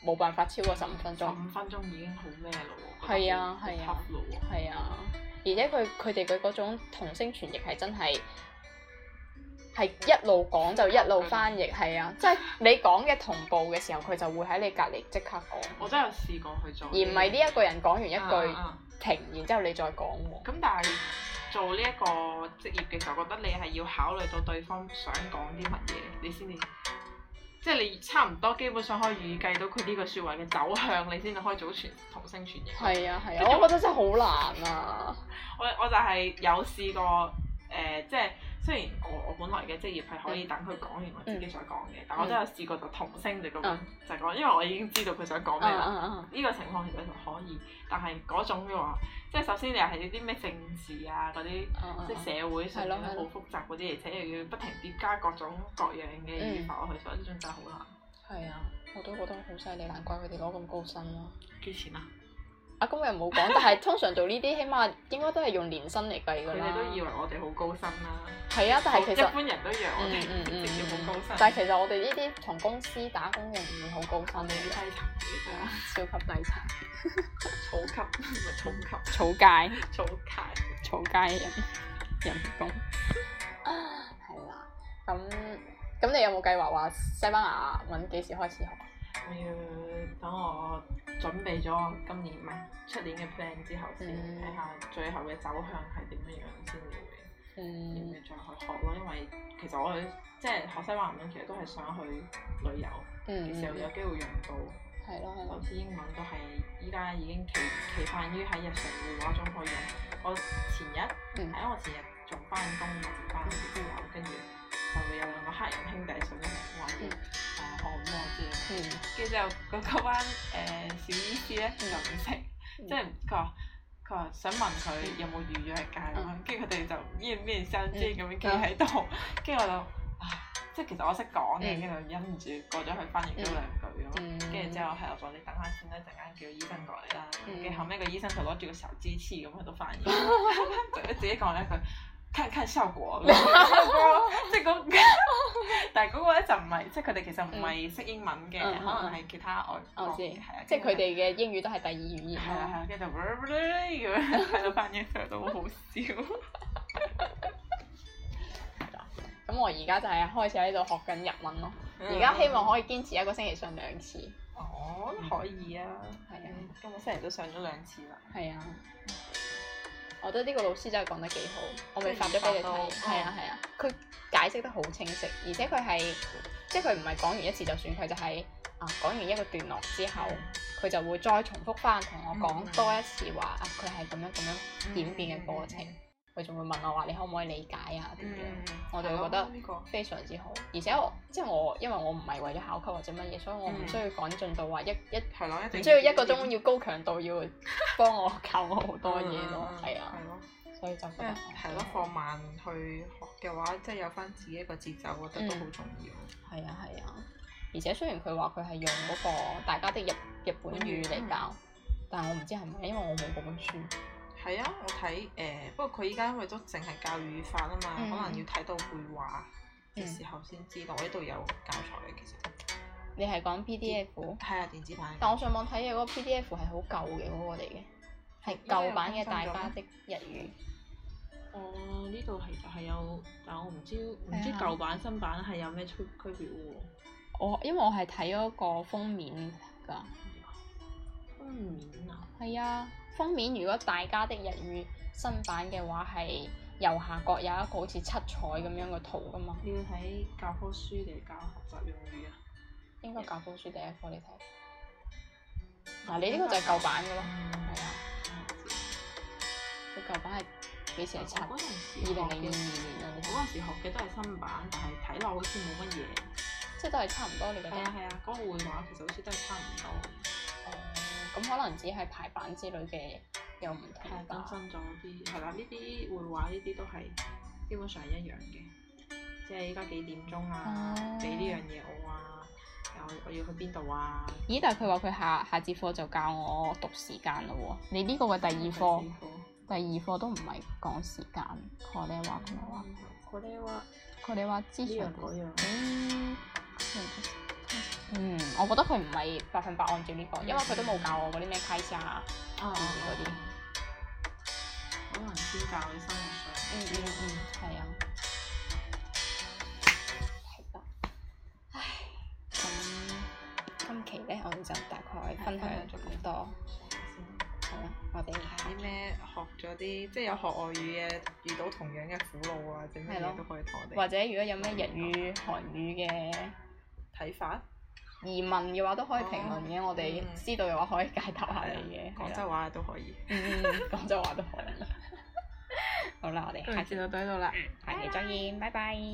[SPEAKER 1] 冇辦法超過十五分
[SPEAKER 4] 十
[SPEAKER 1] 鐘。
[SPEAKER 4] 五分鐘已經好咩咯喎？
[SPEAKER 1] 係啊
[SPEAKER 4] 覺得好
[SPEAKER 1] 係啊
[SPEAKER 4] tough 咯喎
[SPEAKER 1] 係啊，而且佢佢哋嘅嗰種同聲傳譯係真係係一路講就一路翻譯，係啊，即係你講嘅同步嘅時候，佢就會喺你隔離即刻講，
[SPEAKER 4] 我真係有試過去做，
[SPEAKER 1] 而唔係呢一個人講完一
[SPEAKER 4] 啊
[SPEAKER 1] 句
[SPEAKER 4] 啊
[SPEAKER 1] 停，然之後你再講喎。
[SPEAKER 4] 咁但係做呢一個職業嘅時候，覺得你係要考慮到對方想講啲乜嘢，你先至即係你差唔多基本上可以預計到佢呢個説話嘅走向，你先至可以組傳同聲傳譯。
[SPEAKER 1] 係啊係啊，我覺得真係好難啊！
[SPEAKER 4] 我我就係有試過誒、呃即係雖然我我本來嘅職業係可以等佢講完我自己想講嘅，但我都有試過就同聲就咁、
[SPEAKER 1] 嗯
[SPEAKER 4] 就講，因為我已經知道佢想講咩啦。
[SPEAKER 1] 啊
[SPEAKER 4] 呢個情況其實就可以，但係嗰種嘅話，即係首先你又係啲咩政治啊嗰啲，
[SPEAKER 1] 啊
[SPEAKER 4] 即係社會上
[SPEAKER 1] 係
[SPEAKER 4] 面
[SPEAKER 1] 咯
[SPEAKER 4] 好
[SPEAKER 1] 係咯
[SPEAKER 4] 複雜嗰啲，而且又要不停疊加各種各樣嘅
[SPEAKER 1] 嗯
[SPEAKER 4] 語法落去，所以呢種真係好難。
[SPEAKER 1] 係啊，我都覺得好犀利，難怪佢哋攞咁高薪咯。
[SPEAKER 4] 幾錢啊？
[SPEAKER 1] 啊，咁我又冇講，但係通常做呢啲，起碼應該都係用年薪嚟計㗎
[SPEAKER 4] 佢
[SPEAKER 1] 啦
[SPEAKER 4] 哋。都以為我哋好高薪啦，
[SPEAKER 1] 係啊，但係其
[SPEAKER 4] 一
[SPEAKER 1] 實。嗯
[SPEAKER 4] 般人都以為我哋職業好高薪，
[SPEAKER 1] 但係其實我哋呢啲同公司打工嘅唔會好高
[SPEAKER 4] 我
[SPEAKER 1] 薪
[SPEAKER 4] 哋
[SPEAKER 1] 嘅，
[SPEAKER 4] 啲低層嚟㗎。
[SPEAKER 1] 超級低層，
[SPEAKER 4] 草級唔係草級，
[SPEAKER 1] 草芥，
[SPEAKER 4] 草級。
[SPEAKER 1] 草芥人人工。係啦，咁咁你有冇計劃話西班牙文幾時開始學？
[SPEAKER 4] 我要等我準備咗我今年唔係出年嘅 plan 之後先
[SPEAKER 1] 嗯
[SPEAKER 4] 睇下最後嘅走向係點樣樣先會要唔
[SPEAKER 1] 嗯
[SPEAKER 4] 要再去學咯，因為其實我去即係學西班牙文其實都係想去旅遊
[SPEAKER 1] 嗯，
[SPEAKER 4] 嘅時候有機會用到，
[SPEAKER 1] 係咯係
[SPEAKER 4] 就
[SPEAKER 1] 咯，
[SPEAKER 4] 似英文都係依家已經期期盼於喺日常會話中可以用。我前日
[SPEAKER 1] 嗯
[SPEAKER 4] 係因為啊我前日仲翻工我值班嘅時候，跟住就會有兩個黑人兄弟上咗嚟話要誒
[SPEAKER 1] 嗯
[SPEAKER 4] 學唔學嘅。
[SPEAKER 1] 嗯
[SPEAKER 4] 跟住之後嗰嗰班誒小醫師咧就唔識，即係佢話佢話想問佢有冇預約假咁樣，跟住佢哋就面面相譏咁樣企喺度，跟住我就唉，即係其實我識講嘅，
[SPEAKER 1] 嗯
[SPEAKER 4] 跟住就忍唔住過咗去翻譯咗兩句咁。
[SPEAKER 1] 嗯，
[SPEAKER 4] 跟住之後係我話你等下先啦，陣間叫醫生過嚟啦。
[SPEAKER 1] 嗯
[SPEAKER 4] 跟住後尾個醫生就攞住個手支刺咁喺度翻譯，就自己講咗一句。看看效果，咁樣即係嗰，但係嗰個咧就唔係，即係佢哋其實唔係識英文嘅，
[SPEAKER 1] 嗯嗯嗯
[SPEAKER 4] 可能係其他外
[SPEAKER 1] 我
[SPEAKER 4] 國
[SPEAKER 1] 哦知，
[SPEAKER 4] 嘅，係啊，
[SPEAKER 1] 即係佢哋嘅英語都係第二語言
[SPEAKER 4] 係啊係
[SPEAKER 1] 啦。
[SPEAKER 4] 啊，跟住就咁樣喺度翻譯出嚟都好好笑。
[SPEAKER 1] 咁我而家就係開始喺度學緊日文咯，
[SPEAKER 4] 嗯
[SPEAKER 1] 而家希望可以堅持一個星期上兩次。
[SPEAKER 4] 哦，可以啊，
[SPEAKER 1] 係啊
[SPEAKER 4] 嗯今個星期都上咗兩次啦。
[SPEAKER 1] 係啊，我覺得呢個老師真係講得幾好，我咪發咗俾你睇。
[SPEAKER 4] 即係研發到嗯
[SPEAKER 1] 係啊係啊，佢解釋得好清晰，而且佢係即係佢唔係講完一次就算，佢就係、啊講完一個段落之後，佢就會再重複翻同我
[SPEAKER 4] 嗯
[SPEAKER 1] 講多一次話啊，佢係咁樣咁樣演變嘅過程
[SPEAKER 4] 嗯，
[SPEAKER 1] 佢仲會問我話你可唔可以理解啊點樣。我就
[SPEAKER 4] 係
[SPEAKER 1] 會
[SPEAKER 4] 咯
[SPEAKER 1] 覺得
[SPEAKER 4] 呢個
[SPEAKER 1] 非常之好，而且我即係我，因為我唔係為咗考級或者乜嘢，所以我唔
[SPEAKER 4] 嗯
[SPEAKER 1] 需要趕進度話一一
[SPEAKER 4] 係咯，一定
[SPEAKER 1] 唔需要一個鐘要高強度，要幫我教我好多嘢咯，
[SPEAKER 4] 嗯
[SPEAKER 1] 係啊，
[SPEAKER 4] 係咯。
[SPEAKER 1] 所以就覺
[SPEAKER 4] 因為
[SPEAKER 1] 得啊
[SPEAKER 4] 係咯，放慢去學嘅話，即係有翻自己一個節奏，我覺
[SPEAKER 1] 嗯
[SPEAKER 4] 得都好重要。
[SPEAKER 1] 係啊係啊，而且雖然佢話佢係用嗰個大家的日日本語嚟教，
[SPEAKER 4] 嗯
[SPEAKER 1] 但我唔知係咪，因為我冇嗰本書。
[SPEAKER 4] 係啊，我睇誒、呃不過佢依家因為都淨係教語法啊嘛，
[SPEAKER 1] 嗯
[SPEAKER 4] 可能要睇到會話嘅時候先知道。我呢度有教材嘅，其實
[SPEAKER 1] 你係講 PDF，
[SPEAKER 4] 係啊，電子版。
[SPEAKER 1] 但我上網睇嘅嗰個 PDF 係好舊嘅嗰個嚟嘅，係舊版嘅大家的日語。
[SPEAKER 4] 哦，呢度係係有，但我唔知唔
[SPEAKER 1] 知係啊舊
[SPEAKER 4] 版新版係有咩區區別喎。
[SPEAKER 1] 我因為我係睇嗰個封面㗎，
[SPEAKER 4] 封啊面啊，
[SPEAKER 1] 係啊，封面如果大家的日語新版嘅話係右下角有一個好似七彩咁樣嘅圖㗎嘛。
[SPEAKER 4] 你要睇教科書嚟教學習用語啊。
[SPEAKER 1] 應該教科書第一課你睇。嗱，你呢個就係舊版嘅咯，係啊，佢舊版係幾時係啊七？
[SPEAKER 4] 我嗰陣時
[SPEAKER 1] 哦二零
[SPEAKER 4] 學嘅
[SPEAKER 1] 零二年啊，你睇，
[SPEAKER 4] 我嗰陣時學嘅都係新版，但係睇落好似冇乜嘢。
[SPEAKER 1] 即係都係差唔多，你覺得
[SPEAKER 4] 係？啊係啊，嗰、個會話其實好似都係差唔多，
[SPEAKER 1] 哦，咁可能只係排版之類嘅有唔
[SPEAKER 4] 係啊
[SPEAKER 1] 同
[SPEAKER 4] 更
[SPEAKER 1] 吧。
[SPEAKER 4] 新咗啲，係啦，呢啲會話呢啲都係基本上係一樣嘅，即係依家幾點鐘啊
[SPEAKER 1] 哦，
[SPEAKER 4] 俾呢樣嘢我啊，又我要去邊度啊，
[SPEAKER 1] 咦？但係佢話佢下下節課就教我讀時間咯喎。你呢個嘅第二課，第二課都唔啊係講時間。佢哋話佢話
[SPEAKER 4] 嗰啲話
[SPEAKER 1] 佢哋話之前
[SPEAKER 4] 哦呢樣嗰樣
[SPEAKER 1] 嗯嗯，我覺得佢唔係百分百按照呢、個，因為佢都冇教我嗰啲咩 K 沙啊。
[SPEAKER 4] 啊
[SPEAKER 1] 嗰啲
[SPEAKER 4] 可能先教你生活上。
[SPEAKER 1] 嗯嗯嗯，係啊。係啦。唉，咁今期咧，我哋就大概分享咗咁多，係啦，我哋
[SPEAKER 4] 啲咩學咗啲，即係有學外語嘅，遇到同樣嘅苦惱啊，或者乜
[SPEAKER 1] 係咯
[SPEAKER 4] 嘢都可以同我哋。
[SPEAKER 1] 或者如果有咩日語、韓語嘅
[SPEAKER 4] 睇法。
[SPEAKER 1] 疑問嘅話都可以評論嘅，我哋
[SPEAKER 4] 嗯
[SPEAKER 1] 知道嘅話可以解答下你
[SPEAKER 4] 啊
[SPEAKER 1] 嘅。
[SPEAKER 5] 廣
[SPEAKER 1] 係啊
[SPEAKER 5] 州
[SPEAKER 1] 啦，
[SPEAKER 5] 話都可以。
[SPEAKER 1] 嗯，廣州話都可以。好啦，我哋
[SPEAKER 4] 今
[SPEAKER 1] 下
[SPEAKER 4] 日
[SPEAKER 1] 次
[SPEAKER 4] 節目到呢度啦。
[SPEAKER 1] 下期再見，拜拜。